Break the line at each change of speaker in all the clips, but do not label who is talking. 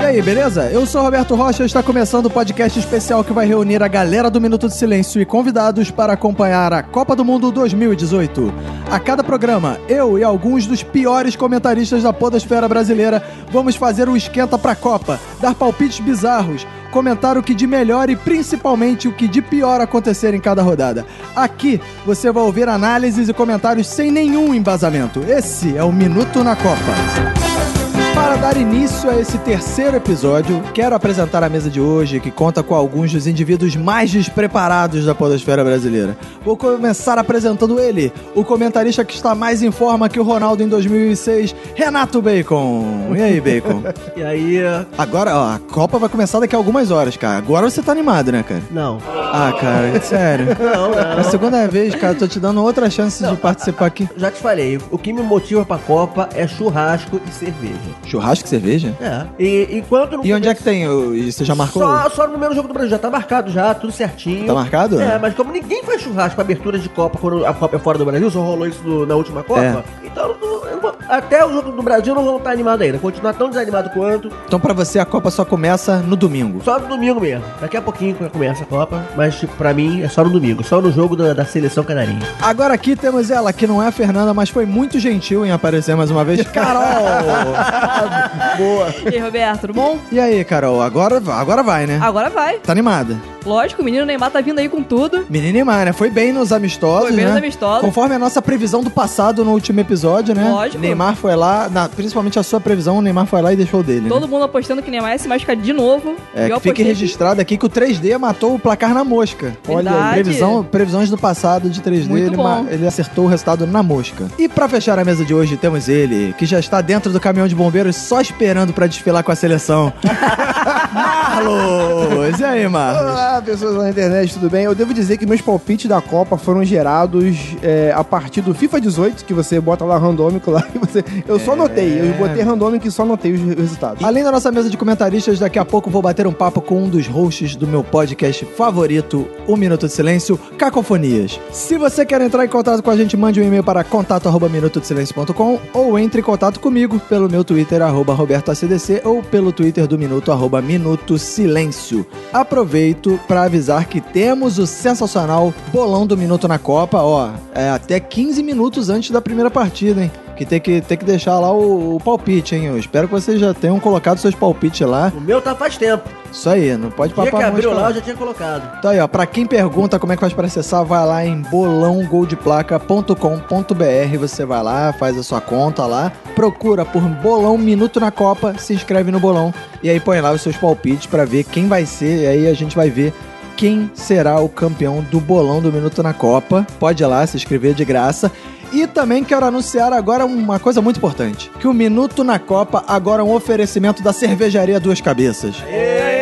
E aí, beleza? Eu sou Roberto Rocha e está começando o podcast especial que vai reunir a galera do Minuto de Silêncio e convidados para acompanhar a Copa do Mundo 2018. A cada programa, eu e alguns dos piores comentaristas da podosfera brasileira vamos fazer um esquenta para a Copa, dar palpites bizarros, comentar o que de melhor e principalmente o que de pior acontecer em cada rodada. Aqui você vai ouvir análises e comentários sem nenhum embasamento. Esse é o Minuto na Copa. Para dar início a esse terceiro episódio, quero apresentar a mesa de hoje, que conta com alguns dos indivíduos mais despreparados da podosfera brasileira. Vou começar apresentando ele, o comentarista que está mais em forma que o Ronaldo em 2006, Renato Bacon. E aí, Bacon?
E aí?
Agora, ó, a Copa vai começar daqui a algumas horas, cara. Agora você tá animado, né, cara?
Não.
Ah, cara, sério.
Não,
É a segunda vez, cara, tô te dando outra chance de participar aqui.
Já te falei, o que me motiva pra Copa é churrasco e cerveja.
Churrasco e cerveja?
É. E enquanto não.
E onde é que tem? o- E você já marcou?
Só, só no primeiro jogo do Brasil, já tá marcado já, tudo certinho.
Tá marcado?
É, mas como ninguém faz churrasco pra abertura de Copa quando a Copa é fora do Brasil, só rolou isso no- na última Copa,
É.
então eu não- eu não- até o jogo do Brasil eu não vou estar animado ainda. Continuar tão desanimado quanto.
Então pra você a Copa só começa no domingo.
Só no domingo mesmo. Daqui a pouquinho começa a Copa, mas tipo, pra mim é só no domingo, só no jogo da, da seleção canarinha.
Agora aqui temos ela, que não é a Fernanda, mas foi muito gentil em aparecer mais uma vez, Carol!
Boa.
E aí, Roberto, tudo bom?
e aí, Carol, agora, agora vai, né?
Agora vai.
Tá animada.
Lógico, o menino Neymar tá vindo aí com tudo.
Menina e Mar, né? Foi bem nos amistosos,
Foi bem
né?
nos amistosos.
Conforme a nossa previsão do passado no último episódio, né?
Lógico.
Neymar foi lá, na- principalmente a sua previsão, o Neymar foi lá e deixou o dele. né?
Todo mundo apostando que Neymar ia se machucar de novo.
É,
E eu
que fique
apostei
registrado aqui que o 3D matou o placar na mosca. Olha, aí,
Verdade.
previsão, previsões do passado de 3D,
Muito
ele,
bom.
ma- ele acertou o resultado na mosca. E pra fechar a mesa de hoje, temos ele, que já está dentro do caminhão de bombeiros só esperando pra desfilar com a seleção. Marlos! E aí, Marlos?
Olá, pessoas na internet, tudo bem? Eu devo dizer que meus palpites da Copa foram gerados é, a partir do FIFA 18, que você bota lá randômico lá e você. Eu só notei,
É.
eu botei randômico e só notei os resultados.
Além da nossa mesa de comentaristas, daqui a pouco vou bater um papo com um dos hosts do meu podcast favorito, Um Minuto de Silêncio, Cacofonias. Se você quer entrar em contato com a gente, mande um e-mail para contato@minutodesilencio.com ou entre em contato comigo pelo meu Twitter arroba robertoacdc ou pelo Twitter do Minuto arroba Minuto Silêncio. Aproveito para avisar que temos o sensacional bolão do Minuto na Copa, ó, é até 15 minutos antes da primeira partida, hein? Que tem que, tem que deixar lá o, o palpite, hein? Eu espero que vocês já tenham colocado seus palpites lá.
O meu tá faz tempo.
Isso aí, não pode
O dia é que
papar muito.
abriu lá eu
não.
já tinha colocado.
Então aí, ó, pra quem pergunta como é que faz pra acessar, vai lá em bolãogoldeplaca.com.br, você vai lá, faz a sua conta lá, procura por Bolão Minuto na Copa, se inscreve no bolão e aí põe lá os seus palpites pra ver quem vai ser, e aí a gente vai ver quem será o campeão do bolão do Minuto na Copa. Pode ir lá se inscrever de graça. E também quero anunciar agora uma coisa muito importante: que o Minuto na Copa agora é um oferecimento da cervejaria Duas Cabeças. É.
aqui.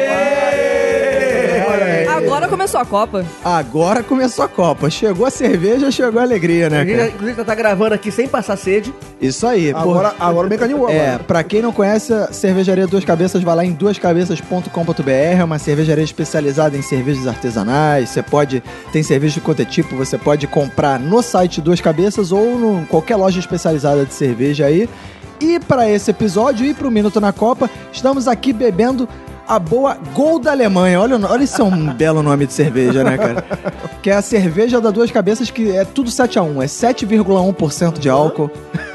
Agora começou a Copa.
Agora começou a Copa. Chegou a cerveja, chegou a alegria, né,
Inclusive,
cara?
inclusive, tá gravando aqui sem passar sede.
Isso aí. pô.
Agora, agora o mecanismo
É, pra quem não conhece a cervejaria Duas Cabeças, vai lá em duascabeças.com.br, é uma cervejaria especializada em cervejas artesanais. Você pode, tem cerveja de qualquer tipo, você pode comprar no site Duas Cabeças ou em qualquer loja especializada de cerveja aí. E pra esse episódio e pro Minuto na Copa, estamos aqui bebendo a boa Gol da Alemanha. Olha, o no- olha isso é um belo nome de cerveja, né, cara? Que é a cerveja da Duas Cabeças, que é tudo 7 a 1 é 7,1% de álcool.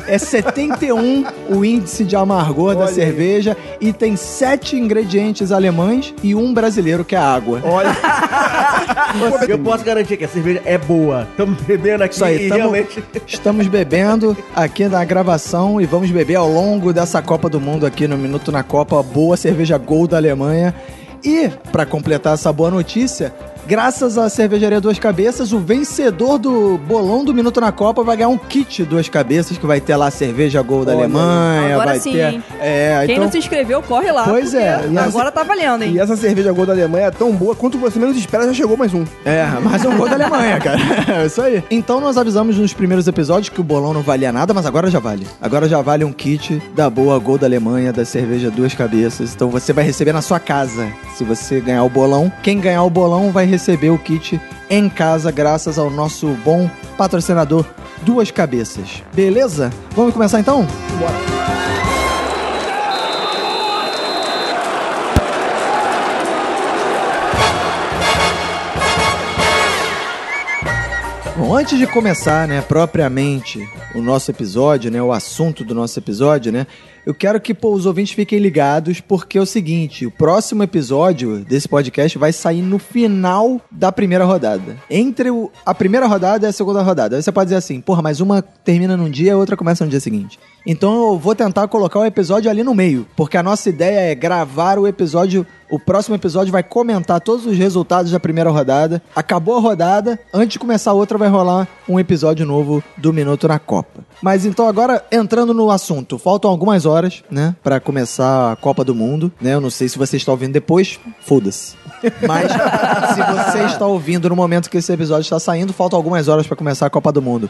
É 71 o índice de amargor da
Olha aí.
cerveja e tem sete ingredientes alemães e um brasileiro que é água.
Olha,
Eu posso garantir que a cerveja é boa. Estamos bebendo aqui
Isso aí,
e
tamo-
realmente.
Estamos bebendo aqui na gravação e vamos beber ao longo dessa Copa do Mundo aqui no Minuto na Copa, a boa cerveja Gol da Alemanha. E, pra completar essa boa notícia, Graças à cervejaria Duas Cabeças, o vencedor do bolão do Minuto na Copa vai ganhar um kit Duas Cabeças, que vai ter lá a cerveja Gol da
Olha,
Alemanha,
agora
vai
sim,
ter...
hein?
É,
Quem não se inscreveu, corre lá.
Pois é,
porque
e essa-
Agora tá valendo, hein?
E essa cerveja Gol da Alemanha é tão boa quanto você menos espera, já chegou mais um.
É, mas é um gol da Alemanha, cara. É isso aí. Então nós avisamos nos primeiros episódios que o bolão não valia nada, mas agora já vale. Agora já vale um kit da boa gol da Alemanha, da cerveja duas cabeças. Então você vai receber na sua casa. Se você ganhar o bolão, quem ganhar o bolão vai receber o kit em casa, graças ao nosso bom patrocinador Duas Cabeças. Beleza? Vamos começar então? Bom, antes de começar, né, propriamente o nosso episódio, né, o assunto do nosso episódio, né, eu quero que pô, os ouvintes fiquem ligados, porque é o seguinte: o próximo episódio desse podcast vai sair no final da primeira rodada. Entre o- a primeira rodada e a segunda rodada. Aí você pode dizer assim, porra, mas uma termina num dia e a outra começa no dia seguinte. Então eu vou tentar colocar o episódio ali no meio, porque a nossa ideia é gravar o episódio o próximo episódio vai comentar todos os resultados da primeira rodada. Acabou a rodada, antes de começar a outra vai rolar um episódio novo do Minuto na Copa. Mas então agora entrando no assunto, faltam algumas horas, né, Pra começar a Copa do Mundo, né? Eu não sei se você está ouvindo depois, foda-se. Mas se você está ouvindo no momento que esse episódio está saindo, faltam algumas horas pra começar a Copa do Mundo.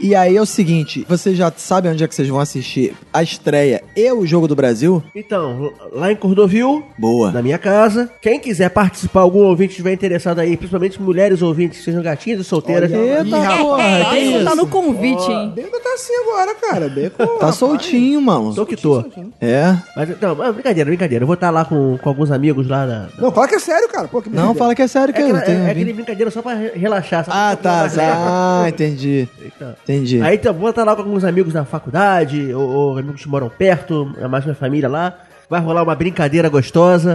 E aí é o seguinte, vocês já sabem onde é que vocês vão assistir a estreia e o jogo do Brasil?
Então, lá em Cordovil,
Boa.
na minha casa. Quem quiser participar, algum ouvinte estiver interessado aí, principalmente mulheres ouvintes, sejam gatinhas e solteiras.
Eita, porra, Ah, que
Isso tá
isso?
no convite, hein?
Beco tá assim agora, cara. Beco.
Tá soltinho, mano.
Tô que tô.
É.
Mas, não, mas brincadeira, brincadeira. Eu vou estar lá com, com alguns amigos lá na.
Não, fala que é sério, cara. Pô, que
Não,
brincadeira.
fala que é sério que
É
eu
aquela,
tenho.
é, é
vindo.
aquele brincadeira só pra re- relaxar. só
Ah,
pra-
tá.
pra-
Ah, entendi.
Então.
Entendi.
Aí então, vou estar lá com alguns amigos na faculdade, ou, ou amigos que moram perto, é mais minha família lá. Vai rolar uma brincadeira gostosa.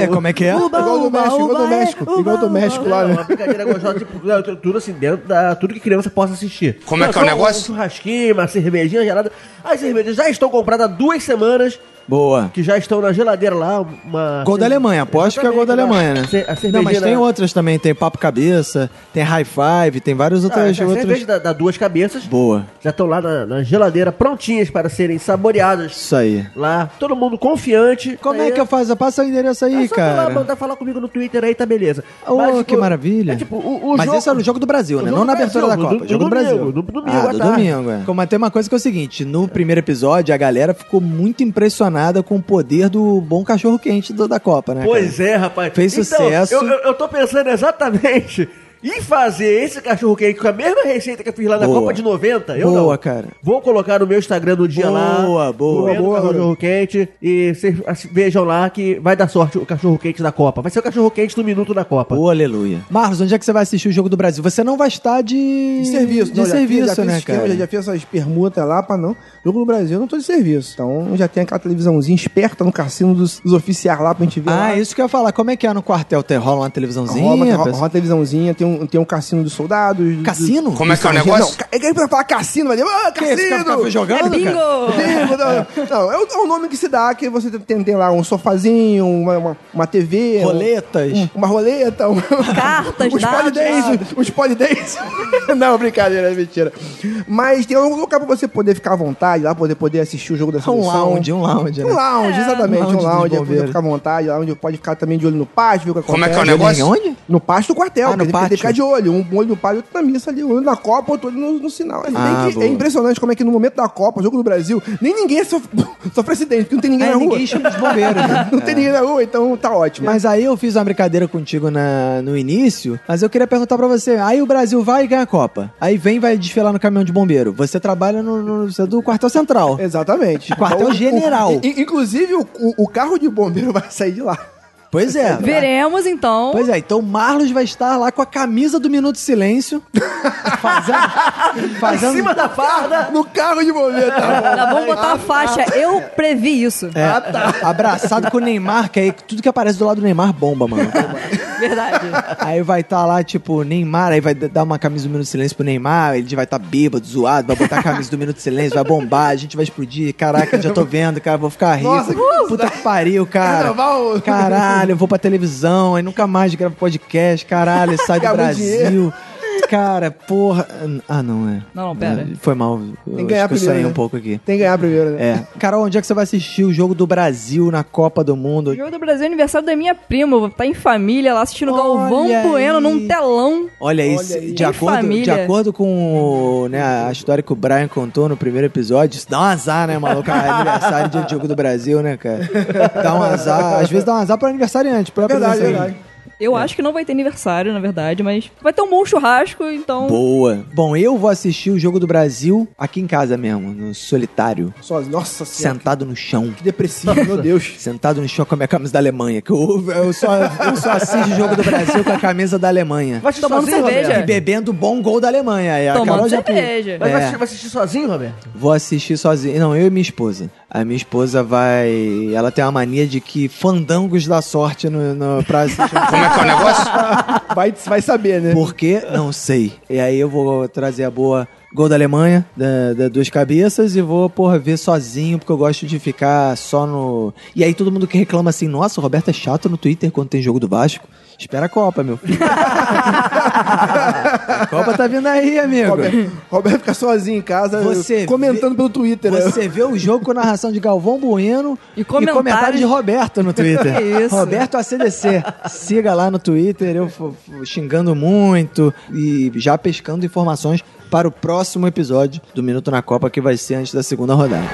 É, como é que é?
Igual do
Uba,
México, igual
uba,
do
é,
México. Igual
uba,
do México
Não,
lá, né?
Uma brincadeira gostosa, tipo, não, tu- tudo assim, dentro da. Tudo que criança possa assistir.
Como é
Não,
que é o
só um-
negócio?
Um churrasquinho, uma cervejinha gelada. As cervejas já estão compradas há duas semanas,
Boa.
que já estão na geladeira lá. Uma
Gol da Alemanha, aposto que é gol da
Exatamente,
Alemanha, né?
ce- A cervejinha
Não, mas tem
da-
outras também. Tem Papo Cabeça, tem High Five, tem várias
Ah,
outras.
as cervejas
outras...
da, da Duas Cabeças
Boa.
já estão lá na, na geladeira, prontinhas para serem saboreadas.
Isso aí.
Lá, todo mundo confiante.
Como
Aí,
é que eu faço? Passa o endereço
é
aí,
só falar,
cara.
mandar falar comigo no Twitter aí, tá beleza.
Ô,
Mas,
que
tipo,
maravilha.
é tipo, o- o
Mas
jogo-
esse é no jogo do Brasil,
o
né?
jogo
Não
do
na
Brasil,
abertura da
do-
Copa.
do
jogo do
domingo,
Brasil.
do- do domingo
ah,
à
do
tarde.
domingo, é. Como- Mas tem uma coisa que é o seguinte: no primeiro episódio, a galera ficou muito impressionada com o poder do bom cachorro quente do- da Copa, né? cara?
Pois é, rapaz.
Fez sucesso.
Eu, eu, eu tô pensando exatamente em fazer esse cachorro quente com a mesma receita que eu fiz lá na
Boa.
Copa de 90. Eu
Boa,
não.
cara.
Vou colocar no meu Instagram no dia lá.
Boa, boa,
comendo
boa.
Cachorro quente. E vocês assim, vejam lá que vai dar sorte o cachorro quente da Copa. Vai ser o cachorro quente do minuto da Copa.
Ô, aleluia. Marcos, onde é que você vai assistir o jogo do Brasil? Você não vai estar de.
De serviço,
Hum, De
não, já fiz-
serviço,
já fiz
né,
esquema,
cara?
Já, já fiz essas permutas lá pra não. Jogo do Brasil, eu não tô de serviço. Então já tem aquela televisãozinha esperta no cassino dos, dos oficiais lá pra gente ver.
Ah,
lá.
isso que eu ia falar. Como é que é no quartel? Tem rola uma televisãozinha?
Rola, rola,
pessoal?
rola a televisãozinha, tem um, tem um cassino dos soldados. do-
Cassino?
Como é que é o
Não,
negócio?
ca- é que pra falar cassino, vai dizer, ah,
Que esse cara
cassino!
foi jogando?
É bingo!
cara?
Bingo, não, não, é o, é o nome que se dá, que você tem, tem lá um sofazinho, uma, uma, uma
é?
TV. um-
Roletas.
Hum.
um- uma roleta. Um,
Cartas,
os
dados.
polidenses. Os polidenses. não, brincadeira, é mentira. Mas tem um lugar pra você poder ficar à vontade lá, poder, poder assistir o jogo da
É Um
seleção.
lounge, um lounge.
Um
né?
lounge, exatamente.
um lounge
Um lounge,
dos
onde você
bombeiros.
fica à vontade, lá onde pode ficar também de olho no pátio, ver o que
Como é que é o
acontece.
negócio?
Onde?
No pátio do quartel,
Ah, no
tem que- tem que
pátio.
ficar de olho. Um olho no pátio, outro na missa ali, um olho na Copa, outro olho no, no sinal. Tem
Ah,
que-
boa.
é impressionante como é que no momento da Copa, jogo do Brasil, nem ninguém é sof- sofre acidente, porque não tem ninguém
É,
na rua.
ninguém chama de bombeiro. Né?
Não tem ninguém na rua, então tá ótimo.
Mas aí eu fiz uma brincadeira contigo na- no início, mas eu queria perguntar pra você, aí o Brasil vai e ganha a Copa. Aí vem e vai desfilar no caminhão de bombeiro. Você trabalha no, no- você é do quartel central.
Exatamente. Então,
Quartel
O- o-
general.
i- inclusive, o, o- o carro de bombeiro vai sair de lá.
Pois é.
Veremos, então.
Pois é, então o Marlos vai estar lá com a camisa do Minuto de Silêncio, fazendo...
Em
fazendo
cima da farda.
No carro de bombeiro, tá bom?
Tá bom botar a faixa. Eu previ isso.
é, Abraçado com o Neymar, que aí tudo que aparece do lado do Neymar bomba, mano.
Verdade.
Aí vai estar lá, tipo, Neymar, aí vai d- dar uma camisa do Minuto de Silêncio pro Neymar, ele vai estar bêbado, zoado, vai botar a camisa do Minuto de Silêncio, vai bombar, a gente vai explodir. Caraca, já tô vendo, cara, vou ficar rico.
Nossa,
Puta que pariu, cara.
Carnaval.
Caralho, eu vou pra televisão, aí nunca mais gravo podcast, caralho, sai do
Acabou o
Brasil.
dinheiro.
Cara, porra. Ah, não, é.
Não, não, pera.
Foi mal. Eu
Tem que ganhar
acho que eu
primeiro,
saí
né?
um pouco aqui.
Tem que ganhar primeiro, né?
É. Carol, onde é que você vai assistir o jogo do Brasil na Copa do
O
Mundo?
jogo do Brasil é aniversário da minha prima. Eu vou estar em família lá assistindo
Olha
Galvão
aí.
Bueno num telão.
Olha,
Olha
isso,
aí.
de,
Em
acordo, de
família.
acordo com o, né, a história que o Brian contou no primeiro episódio, isso dá um azar, né, maluco? Ah, aniversário de jogo do Brasil, né, cara? Dá um azar. Às vezes dá um azar pro aniversariante. Pro
Verdade,
aniversariante.
verdade.
Eu
É.
acho que não vai ter aniversário, na verdade, mas vai ter um bom churrasco, então.
Boa. Bom, eu vou assistir o jogo do Brasil aqui em casa mesmo, no solitário.
Sozinho. Nossa senhora.
Sentado no chão.
é Que depressivo, meu Deus.
Sentado no chão com a minha camisa da Alemanha. Que eu, eu só, eu só assisto o jogo do Brasil com a camisa da Alemanha.
Vai assistir
Tomando
sozinho,
cerveja.
E
Roberto?
bebendo bom gol da Alemanha. Aí a Carol
Tomando
já pediu.
cerveja.
Mas vai
É.
assistir- vai assistir sozinho, Roberto?
Vou assistir sozinho. Não, eu e minha esposa. A minha esposa vai. Ela tem uma mania de que fandangos dá sorte no, no... pra assistir um filme.
Vai, vai saber, né?
Por quê? Não sei. E aí eu vou trazer a boa gol da Alemanha, da, da duas cabeças, e vou, porra, ver sozinho, porque eu gosto de ficar só no. E aí todo mundo que reclama assim, nossa, o Roberto é chato no Twitter quando tem jogo do Vasco. Espera a Copa, meu filho. a Copa tá vindo aí, amigo.
Roberto, Roberto fica sozinho em casa,
Você
comentando
vê-
pelo Twitter. né?
Você vê o jogo com narração de Galvão Bueno
E comentários- É
de Roberto no Twitter.
Isso.
Roberto ACDC. Siga lá no Twitter, eu f- f- xingando muito e já pescando informações para o próximo episódio do Minuto na Copa, que vai ser antes da segunda rodada.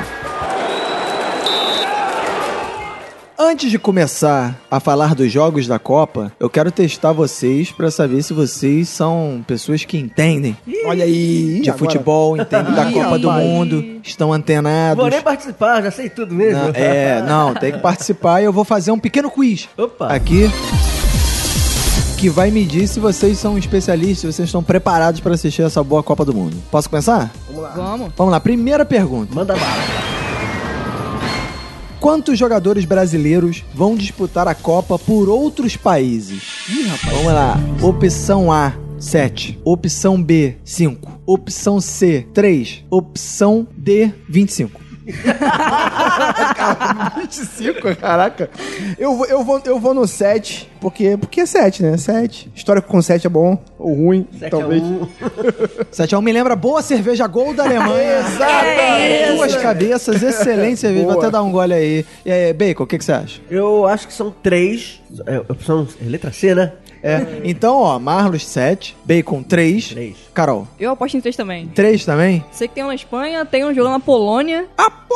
Antes de começar a falar dos jogos da Copa, eu quero testar vocês para saber se vocês são pessoas que entendem
Olha aí.
de
agora?
futebol, entendem da
Ih,
Copa do
rapaz.
Mundo, estão antenados.
Vou nem participar, já sei tudo mesmo.
Não, é, não, tem que participar e eu vou fazer um pequeno quiz
Opa.
aqui que vai medir se vocês são especialistas, se vocês estão preparados para assistir essa boa Copa do Mundo. Posso começar?
Vamos.
Vamos lá, primeira pergunta.
Manda bala.
Quantos jogadores brasileiros vão disputar a Copa por outros países? Ih, rapaz. Vamos lá. Opção A, 7. Opção B, 5. Opção C, 3. Opção D, 25.
25, caraca. Eu vou, eu vou, eu vou no 7, porque, porque é 7, né? 7. Histórico com 7 é bom ou ruim,
Sete a
talvez.
um.
7 a 1 me lembra boa cerveja Gol da Alemanha.
É isso.
Duas cabeças, excelente cerveja. Vou
Boa.
até dar um gole aí. E aí, Bacon, o que, que você acha?
Eu acho que são três. É, opção é letra C, né?
É. Então, ó, Marlos 7, Bacon 3.
Três.
Carol,
Eu aposto em três também.
3 também?
Sei que tem um na Espanha, tem um jogando na Polônia.
Apolônio!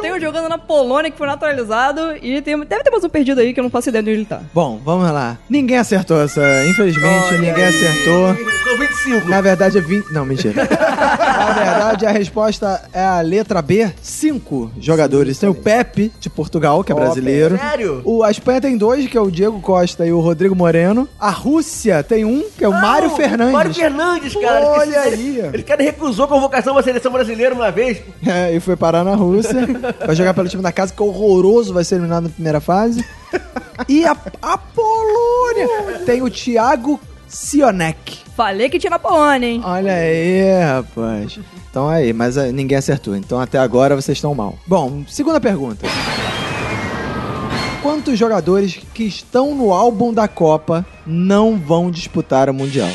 Tem um jogando na Polônia que foi naturalizado. E tem, deve ter mais um perdido aí que eu não faço ideia de onde ele tá.
Bom, vamos lá. Ninguém acertou essa. Infelizmente, ninguém acertou.
São 25.
Na verdade é 20. Não, mentira. Na verdade, a resposta é a letra B: 5 jogadores. Tem o Pepe, de Portugal, que é
Ó,
brasileiro.
Sério?
O, a Espanha tem dois, que é o Diego Costa e o Rodrigo Moreno. A Rússia tem um, que é o Mário Fernandes.
Mário Fernandes, cara.
Olha
Esqueci dele.
aí.
Ele cara recusou convocação pra seleção brasileira uma vez.
É, e foi parar na Rússia. Vai jogar pelo time da casa, que é horroroso, vai ser eliminado na primeira fase. E a, a Polônia tem o Thiago Sionek.
Falei que tinha na Polônia, hein?
Olha aí, rapaz. Então aí, mas ah, ninguém acertou. Então até agora vocês estão mal. Bom, segunda pergunta. Quantos jogadores que estão no álbum da Copa não vão disputar o Mundial?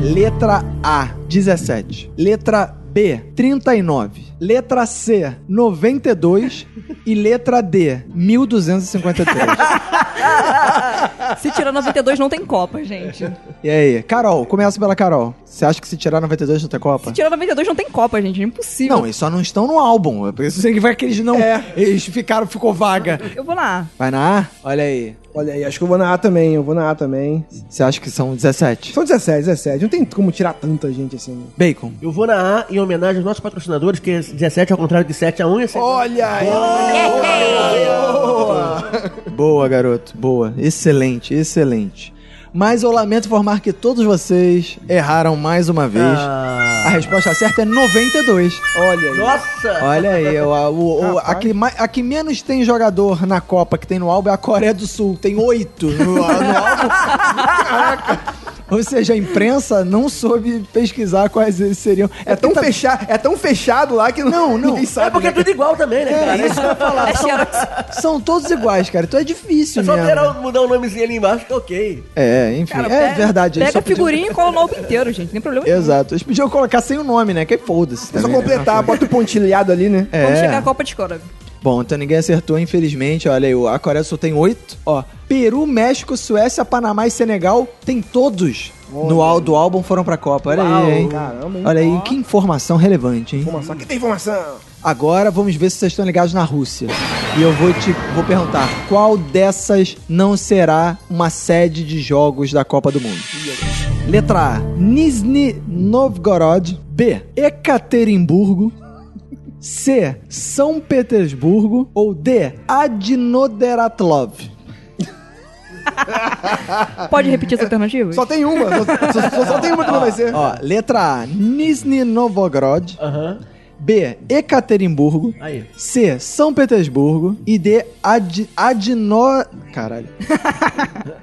Letra A, 17. Letra B, 39. Letra C, 92. E letra D, 1253. Ah.
Se tirar 92, não tem Copa, gente. Se
E aí, Carol, começa pela Carol. Você acha que se tirar 92 não tem Copa?
tirar 92, não tem Copa, gente. É impossível.
Não, É. eles só não estão no álbum. Eu preciso que vai que eles não. Eles ficaram, ficou vaga.
Eu vou na A.
Vai na A? Olha aí.
Olha aí, acho que eu vou na A também, eu vou na A também.
Você acha que são 17?
São 17, 17. Não tem como tirar tanta gente assim. né?
Bacon.
Eu vou na A em homenagem aos nossos patrocinadores, que é 17 ao contrário de 7 a 1 e 7
Olha aí.
Boa, garoto. Boa. Excelente, um excelente. Mas eu lamento informar que todos vocês erraram mais uma vez.
Ah.
A resposta certa é 92.
Olha aí.
Nossa!
Olha aí, o, o- o- a, que, ma- a que menos tem jogador na Copa que tem no álbum é a Coreia do Sul. Tem oito no, no álbum. Ou seja, a imprensa não soube pesquisar quais seriam.
É tão,
feio.
fecha... é tão fechado lá que não,
não.
ninguém sabe.
É porque é
né?
tudo igual também, né? cara?
É isso que eu ia falar.
É Xerox.
São todos iguais, cara. Então é difícil
É só
mesmo.
terá, mudar o nomezinho ali embaixo que é ok.
É, enfim.
Cara,
é
pega-
verdade. eles
Pega a
só pediam-
figurinha e cola o álbum inteiro, gente. Tem problema nenhum.
Exato. Eles podiam colocar sem o nome, né? Que é foda-se.
É só
também, né?
completar, bota o pontilhado ali, né?
É.
Vamos chegar à Copa de Escola.
Bom, então ninguém acertou, infelizmente. Olha aí, o- a Coreia do Sul tem oito. Ó, Peru, México, Suécia, Panamá e Senegal tem todos no ao, do álbum foram pra Copa. Olha
Uau,
aí, hein?
caramba, hein?
Olha aí, que informação relevante, hein?
Informação. Aqui tem informação.
Agora vamos ver se vocês estão ligados na Rússia. E eu vou te vou perguntar, qual dessas não será uma sede de jogos da Copa do Mundo? Letra A, Nizhny Novgorod. B, Ekaterimburgo. C, São Petersburgo. Ou D, Adinoderatlov. Ah,
Pode repetir
é.
as alternativas?
Só tem uma. Só, só- só- só tem uma que não vai ser.
Ó, letra A, Nizhny Novgorod.
Aham.
B, Ekaterimburgo.
Aí.
C, São Petersburgo. E D, Ad, Adino... Caralho.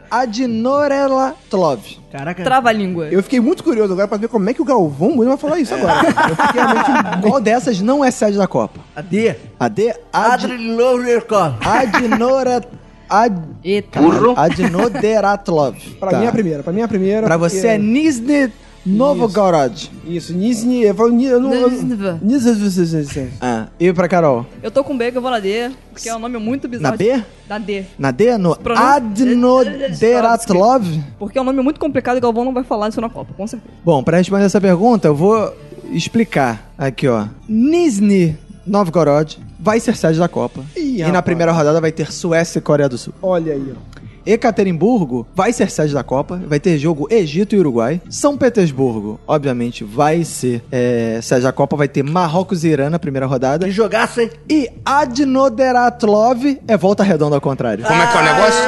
Adinorela Tlov.
Caraca.
Trava a língua.
Eu fiquei muito curioso agora pra ver como é que o Galvão Bueno vai falar
É.
isso agora. Eu fiquei realmente...
Qual dessas não é sede da Copa?
A D.
A D, Ad,
Adrilovnikov.
Adinora... Ad,
Eita.
Adinoderatlov.
Pra
Tá.
mim é a primeira, pra mim é a primeira.
Pra
porque-
você é Nizhny Novgorod.
Isso, Nizhny... Eu falo... Ni- Eu não... eu não- Nizhny...
Ah, e pra Carol?
Eu tô com B, que eu vou na D, porque é um nome muito bizarro.
Na B?
Na D.
Na D? No
Pronúncia-
Adinoderatlov?
Porque é um nome muito complicado e o Galvão não vai falar isso na Copa, com certeza.
Bom, pra responder essa pergunta, eu vou explicar aqui, ó. Nizhny Novgorod vai ser sede da Copa.
Ih,
e na
rapaz.
primeira rodada vai ter Suécia e Coreia do Sul.
Olha aí, ó.
Ekaterimburgo vai ser sede da Copa, vai ter jogo Egito e Uruguai. São Petersburgo, obviamente, vai ser é, sede da Copa, vai ter Marrocos e Irã na primeira rodada.
Que jogaço, hein?
E Adnoderatlov é volta redonda ao contrário.
Como é que é o negócio?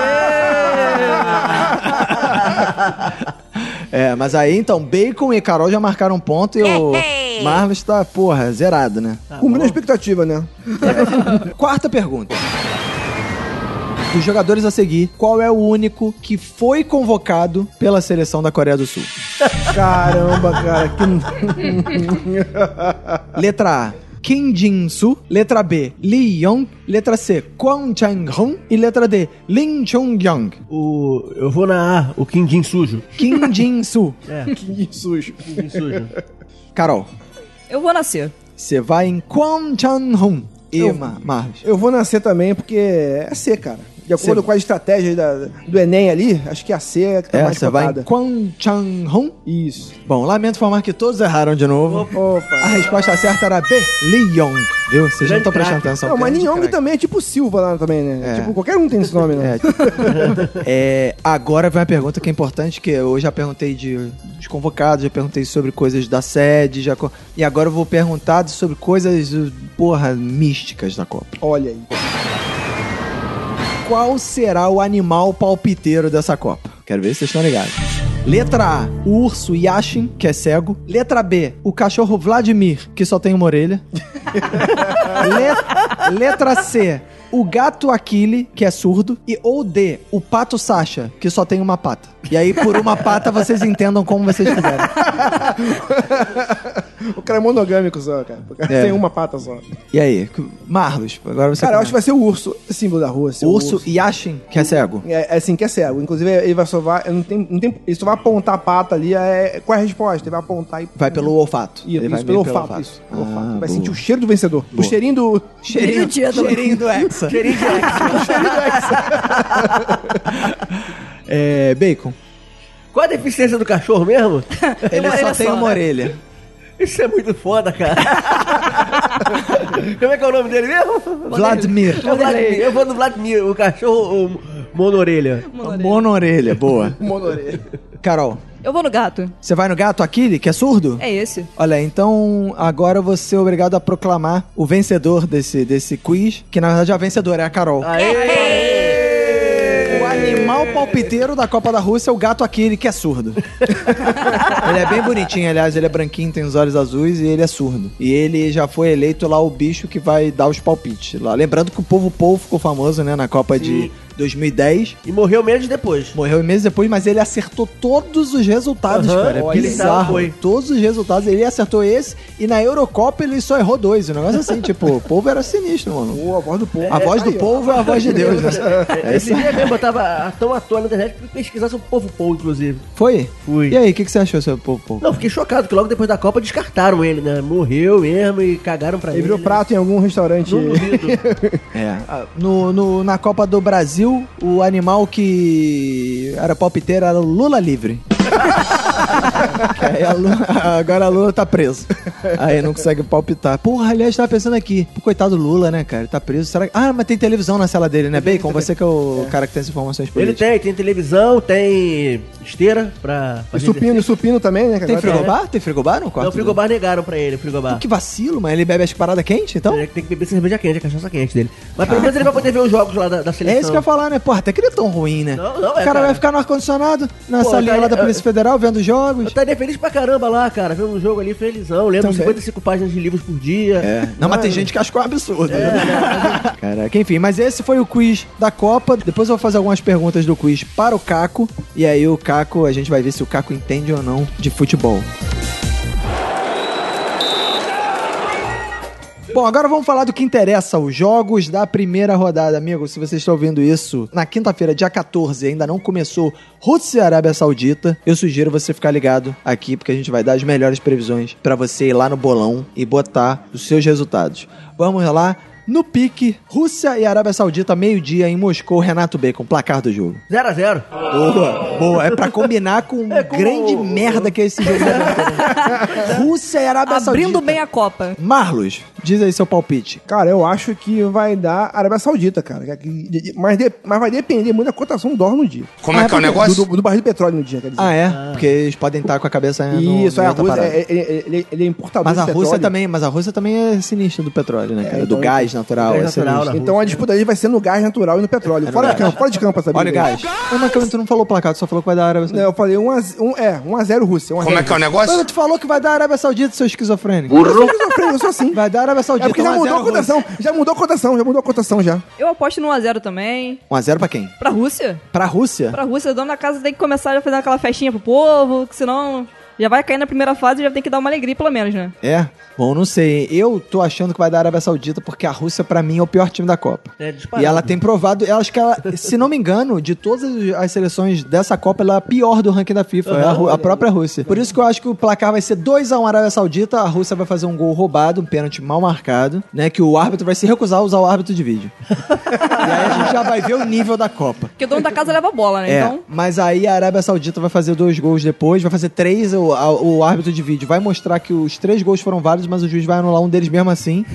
É, mas aí então, Bacon e Carol já marcaram ponto e o Marlon está, porra, zerado, né?
Cumprindo a expectativa, né?
Quarta pergunta. Dos jogadores a seguir, qual é o único que foi convocado pela seleção da Coreia do Sul?
Caramba, cara. Que...
Letra A. Kim Jin-soo. Letra B. Lee Young. Letra C. Kwon Chang-hong. E letra D. Lin Chung-young.
O, eu vou na A, o Quindim sujo.
Kim Jin-soo.
É,
que sujo.
Quindim sujo.
Carol,
Eu vou nascer.
você vai em Kwon Chang-hong. E Ma- Marlos.
Eu vou nascer também porque é C, cara. De acordo
Cê-
com a estratégia da- do Enem ali, acho que a C é a que tá
É,
mais
você vai em
cotada.
Kwon Chang-hong.
Isso.
Bom, lamento informar que todos erraram de novo. A
Opa.
resposta certa era B. Lee Young. Viu? Vocês não estão prestando
Grande craque.
atenção.
Não,
porque
mas
é de
Ninyong
craque.
também é tipo Silva lá também, né?
É.
Tipo, qualquer um tem esse nome,
É,
né?
É, agora vem uma pergunta que é importante, que eu já perguntei de, de convocados, já perguntei sobre coisas da sede, já, co- e agora eu vou perguntar sobre coisas, uh, porra, místicas da Copa.
Olha aí.
Qual será o animal palpiteiro dessa Copa? Quero ver se vocês estão ligados. Letra A, o urso Yashin, que é cego. Letra B, o cachorro Vladimir, que só tem uma orelha. Le- letra C, o gato Aquile, que é surdo. E ou D, o pato Sasha, que só tem uma pata. E aí, por uma pata, vocês entendam como vocês quiserem.
O cara é monogâmico só, cara. O cara
É.
tem uma pata só.
E aí, Marlos, agora você.
Cara, eu acho que
começa.
vai ser o urso, símbolo da rua. Assim, o
Urso Yashin, que é cego.
É, é assim que é cego. Inclusive, ele vai só vai. Não tem, não tem, ele só vai apontar a pata ali. É, qual é a resposta? Ele vai apontar e.
Vai pelo olfato.
Isso,
Ele vai
isso, pelo
meio
olfato. Isso, pelo
Ah,
olfato. Vai
boa.
sentir o cheiro do vencedor. O cheirinho do.
Cheirinho, cheirinho do Hexa. cheirinho do Hexa. é, bacon.
Qual a deficiência do cachorro mesmo?
Ele
orelha
só tem
só,
uma
né?
orelha.
Isso é muito foda, cara. Como é que é o nome dele mesmo?
Vladimir.
É o Vladimir. Eu vou no Vladimir, o cachorro o monorelha.
Mono orelha, boa.
Monorelha.
Carol,
Eu vou no gato.
você vai no gato Aquile, que é surdo?
É esse.
Olha, então agora você é obrigado a proclamar o vencedor desse, desse quiz, que na verdade a vencedora é a Carol.
Aê!
é O animal palpiteiro da Copa da Rússia é o gato aquele que é surdo. ele é bem bonitinho, aliás, ele é branquinho, tem os olhos azuis e ele é surdo. E ele já foi eleito lá o bicho que vai dar os palpites lá. Lembrando que o povo povo ficou famoso, né, na Copa de 2010.
E morreu meses depois.
Morreu meses depois, mas ele acertou todos os resultados,
Aham,
cara. É
olha,
bizarro.
foi.
Todos os resultados. Ele acertou esse e na Eurocopa ele só errou dois. O negócio assim, tipo, o povo era sinistro, mano.
Pô, a voz do povo.
A voz do
Aí, ó.
povo é a voz de Deus. né?
É, Esse dia mesmo eu tava tão à toa na internet que pesquisasse o povo Paul, inclusive.
Foi?
Fui.
E aí, o que, que você achou, seu povo povo?
Não, fiquei chocado que logo depois da Copa descartaram ele, né? Morreu mesmo e cagaram pra
Ele
ele.
virou prato em algum restaurante.
Não duvido.
É. ah, No, no- na Copa do Brasil, o animal que era palpiteiro era o Lula livre. Que aí a Lula- agora a Lula tá preso. Aí não consegue palpitar. Porra, aliás, tava pensando aqui. Pô, coitado do Lula, né, cara? Ele tá preso. Será que... Ah, mas tem televisão na sala dele, né? Bacon, você que é o cara que tem as informações
Ele
políticas.
tem, tem televisão, tem esteira pra
E
fazer
supino, e
exercício.
supino também, né? que
Tem
agora-
frigobar? Tem frigobar no quarto?
Não, o frigobar negaram pra ele, o frigobar.
dele? Ah, Que vacilo, mas ele bebe as paradas quentes, então?
Ele tem é que beber cerveja quente, a cachaça quente dele. Mas pelo menos ele vai poder ver os jogos lá da, da seleção.
É isso que eu ia falar, né? Porra, até que ele é tão ruim, né?
Não, não, é,
o cara,
cara.
vai ficar no ar-condicionado, na
Pô,
salinha
cara, é,
lá da
eu-
Polícia Federal, vendo jogos.
Eu estaria feliz pra caramba lá, cara. Vendo um jogo ali, felizão. Lendo
Também.
55 páginas de livros por dia.
Então, É. Não, mas tem gente que acha que é um absurdo. né? Caraca, enfim, mas esse foi o quiz da Copa. Depois eu vou fazer algumas perguntas do quiz para o Caco. E aí o Caco, a gente vai ver se o Caco entende ou não de futebol. Bom, agora vamos falar do que interessa, os jogos da primeira rodada. Amigo, se você está ouvindo isso, na quinta-feira, dia 14, ainda não começou Rússia e Arábia Saudita. Eu sugiro você ficar ligado aqui, porque a gente vai dar as melhores previsões pra você ir lá no bolão e botar os seus resultados. Vamos lá. No pique, Rússia e Arábia Saudita, meio-dia em Moscou, Renato Bacon, placar do jogo.
0 a 0
Boa, boa. É pra combinar com
É, com
grande
o-
merda que é esse jogo. Rússia e Arábia Saudita.
Abrindo bem a Copa.
Marlos, diz aí seu palpite.
Cara, eu acho que vai dar Arábia Saudita, cara. Que- que- Mas, de- mas vai depender muito da cotação do dólar no dia.
Como é que é o negócio?
Do, do, do barril de petróleo no dia, quer dizer.
Ah, é? Porque eles podem estar com a cabeça né, no,
Isso,
no
é, a
outra
Rússia,
parada.
é, é, é- ele, ele é importador
Mas a
de
Rússia
petróleo.
também, mas a Rússia também é sinistra do petróleo, né, cara? do
então-
gás natural,
Gás
é
natural,
sinistro.
né?
Então a disputa aí vai ser no gás natural e no petróleo. Fora de campo, fora de campo essa
Olha o
briga aí.
gás. Não, mas Clemente, tu não falou o placar, tu só falou que vai dar a Arábia
Não,
Saudita.
eu falei 1 a, 1, é, 1 a 0 Rússia. 1 a
Como
0
é que é o
Mas
negócio?
tu falou que vai dar a Arábia Saudita, seu esquizofrênico.
Eu sou esquizofrênico, eu sou assim.
Vai dar a Arábia Saudita.
É porque já
1 a 0
mudou a
Rússia.
cotação, já mudou a cotação, já mudou a cotação já.
Eu aposto no 1x0 também.
1x0 pra quem?
Pra Rússia.
Pra Rússia?
Pra Rússia, o dono da casa tem que começar a fazer aquela festinha pro povo, que senão já vai cair na primeira fase e já tem que dar uma alegria, pelo menos, né?
É? Bom, não sei. Eu tô achando que vai dar a Arábia Saudita porque a Rússia, pra mim, é o pior time da Copa.
É,
E
disparado.
ela tem provado, eu acho que ela, se não me engano, de todas as seleções dessa Copa, ela é a pior do ranking da FIFA, é a, Ru- a própria Rússia. Por isso que eu acho que o placar vai ser 2x1 Arábia Saudita, a Rússia vai fazer um gol roubado, um pênalti mal marcado, né, que o árbitro vai se recusar a usar o árbitro de vídeo. e aí a gente já vai ver o nível da Copa.
Porque o dono da casa leva a bola, né?
É,
Então,
mas aí a Arábia Saudita vai fazer dois gols depois, vai fazer três, o, a- o árbitro de vídeo vai mostrar que os três gols foram válidos, mas o juiz vai anular um deles mesmo assim.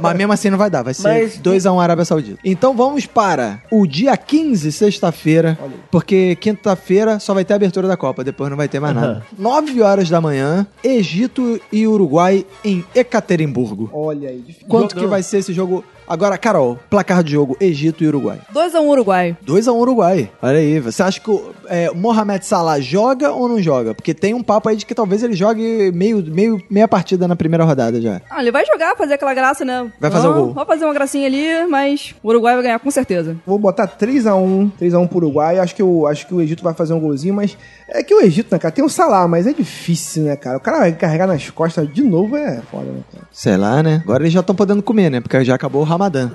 mas mesmo assim não vai dar, vai
Mas-
ser 2x1 Arábia Saudita. Então vamos para o dia 15, sexta-feira, porque quinta-feira só vai ter a abertura da Copa, depois não vai ter mais nada. 9 horas da manhã, Egito e Uruguai em Ekaterimburgo.
Olha aí, difícil.
Quanto que vai ser esse jogo? Agora, Carol, placar de jogo Egito e Uruguai.
2x1 Uruguai.
2x1 Uruguai. Olha aí, você acha que o é, Mohamed Salah joga ou não joga? Porque tem um papo aí de que talvez ele jogue meio, meio, meia partida na primeira rodada já.
Ah, ele vai jogar, fazer aquela graça, né?
Vai fazer o
Não,
gol.
Vai fazer uma gracinha ali, mas o Uruguai vai ganhar com certeza.
Vou botar 3x1, 3x1 pro Uruguai. Acho que, o, acho que o Egito vai fazer um golzinho, mas é que o Egito, né, cara, tem o Salah, mas é difícil, né, cara? O cara vai carregar nas costas de novo, é foda, né, cara?
Sei lá, né? Agora eles já estão podendo comer, né? Porque já acabou o Ramadã.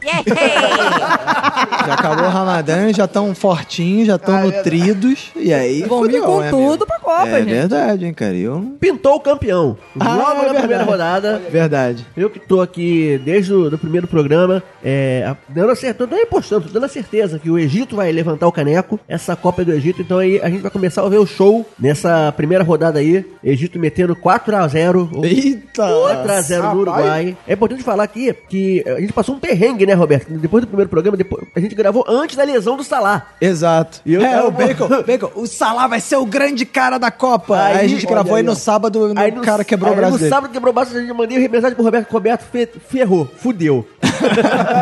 já acabou o Ramadã, já estão fortinhos, já estão nutridos. E aí.
Vão vir
fudeu,
com
né, amigo?
tudo pra Copa,
É
gente.
verdade, hein, cara? Eu. não-
Pintou o campeão.
Ah, é
Logo na
verdade.
primeira rodada.
Verdade.
Eu que tô aqui desde o do primeiro programa, é, a- dando a certeza, tô nem apostando, tô dando a certeza que o Egito vai levantar o caneco, essa Copa é do Egito, então aí a gente vai começar a ver o show nessa primeira rodada aí, Egito metendo 4x0, ou
Eita!
4x0 no Uruguai. É importante falar aqui que a gente passou um perrengue, né, Roberto? Depois do primeiro programa, depois, a gente gravou antes da lesão do Salah.
Exato.
E eu
é,
tava-
o Bacon, Bacon, o Salah vai ser o grande cara cara da Copa. Aí, a gente
olha
gravou aí
aí,
no
ó.
sábado,
Aí
o cara quebrou
aí
o braço
No
dele.
sábado quebrou o braço, a gente mandei mensagem pro Roberto. Roberto fe- ferrou, fudeu.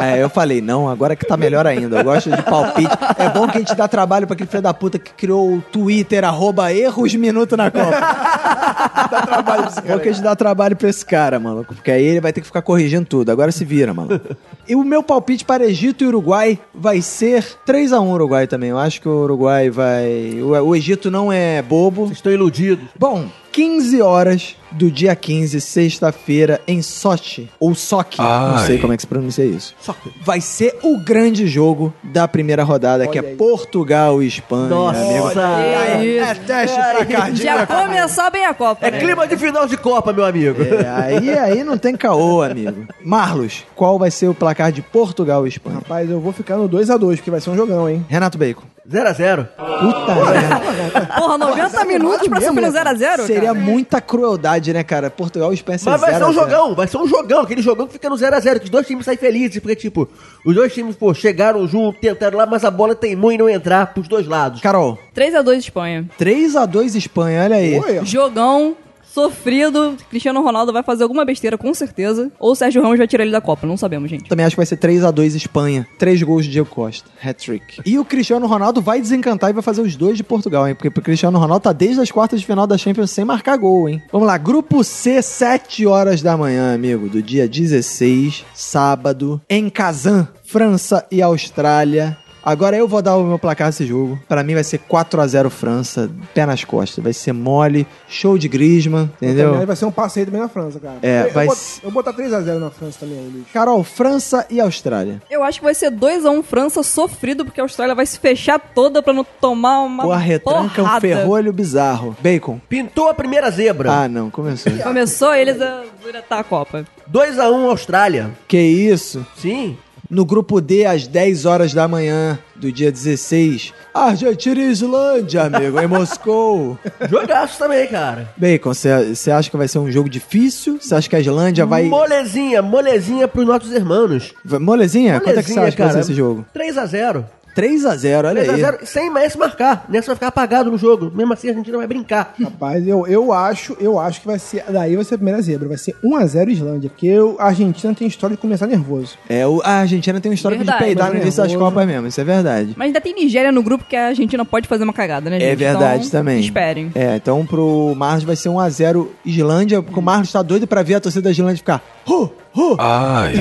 É, eu falei, não, agora que tá melhor ainda. Eu gosto de palpite. É bom que a gente dá trabalho pra aquele filho da puta que criou o Twitter, arroba erros minuto na Copa. dá trabalho pra esse cara. Bom que a gente dá trabalho pra esse cara, maluco. Porque aí ele vai ter que ficar corrigindo tudo. Agora se vira, maluco. E o meu palpite para Egito e Uruguai vai ser 3x1 Uruguai também. Eu acho que o Uruguai vai. O, o Egito não é bobo.
Vocês estão iludidos.
Bom, 15 horas do dia 15, sexta-feira, em Sochi, ou Sochi, não
Ai.
sei como é que se pronuncia isso.
Só que...
Vai ser o grande jogo da primeira rodada, que é Portugal e Espanha. amigo.
Nossa!
É, é teste pra
Já
cardíaco.
começou bem a Copa.
É
né?
clima de final de Copa, meu amigo.
É, aí, aí não tem caô, amigo. Marlos, qual vai ser o placar de Portugal e Espanha?
Rapaz, eu vou ficar no 2x2, porque vai ser um jogão, hein?
Renato Bacon.
0x0.
Puta merda.
Porra, 90 minutos pra
mesmo,
ser pelo
né, cara?
0x0?
Seria muita crueldade, né, cara? Portugal e Espanha ser
Mas vai ser
0 a
um
0.
jogão, vai ser um jogão, aquele jogão que fica no 0x0, que os dois times saem felizes, porque, tipo, os dois times, pô, chegaram junto, tentaram lá, mas a bola teimou em não entrar pros dois lados.
Carol,
3x2 Espanha.
3x2 Espanha, olha aí.
Oi, ó.
Jogão, sofrido. Cristiano Ronaldo vai fazer alguma besteira, com certeza. Ou o Sérgio Ramos vai tirar ele da Copa, não sabemos, gente.
Também acho que vai ser 3x2 Espanha. Três gols de Diego Costa. Hat-trick. E o Cristiano Ronaldo vai desencantar e vai fazer os dois de Portugal, hein? Porque o Cristiano Ronaldo tá desde as quartas de final da Champions sem marcar gol, hein? Vamos lá. Grupo C, 7 horas da manhã, amigo. Do dia 16, sábado, em Kazan, França e Austrália. Agora eu vou dar o meu placar desse jogo. Pra mim vai ser 4x0 França, pé nas costas. Vai ser mole, show de Griezmann, entendeu?
Também vai ser um passeio também na França, cara.
É,
eu,
vai
eu, vou,
s-
eu vou botar 3x0 na França também aí, bicho.
Carol, França e Austrália.
Eu acho que vai ser 2x1 França sofrido, porque a Austrália vai se fechar toda pra não tomar uma
Ou a retranca é um
porrada.
ferrolho bizarro. Bacon.
Pintou a primeira zebra.
Ah, não, começou.
Começou eles a diretar a Copa.
2x1 Austrália.
que isso?
Sim.
No grupo D, às 10 horas da manhã do dia 16, Argentina e Islândia, amigo, em Moscou.
Jogaço também, cara.
Bacon, você acha que vai ser um jogo difícil? Você acha que a Islândia vai.
Molezinha, molezinha pros nossos irmãos.
vai- Molezinha? Quanto é que você acha que vai ser esse jogo?
3x0.
3x0, olha aí.
3x0, sem Messi marcar. Nessa vai ficar apagado no jogo. Mesmo assim, a Argentina vai brincar.
Rapaz, eu, eu acho, eu acho que vai ser. Daí vai ser a primeira zebra. Vai ser 1x0 Islândia, porque eu- a Argentina tem história de começar nervoso.
É, o- a Argentina tem um histórico
Verdade.
de peidar no início das Copas mesmo, isso é verdade.
Mas ainda tem Nigéria no grupo que a Argentina pode fazer uma cagada, né, gente?
É verdade
Então,
também.
Esperem.
É, então pro Marlos vai ser 1x0 Islândia, porque o Marlos tá doido pra ver a torcida da Islândia ficar. Hu, hu,
Ai.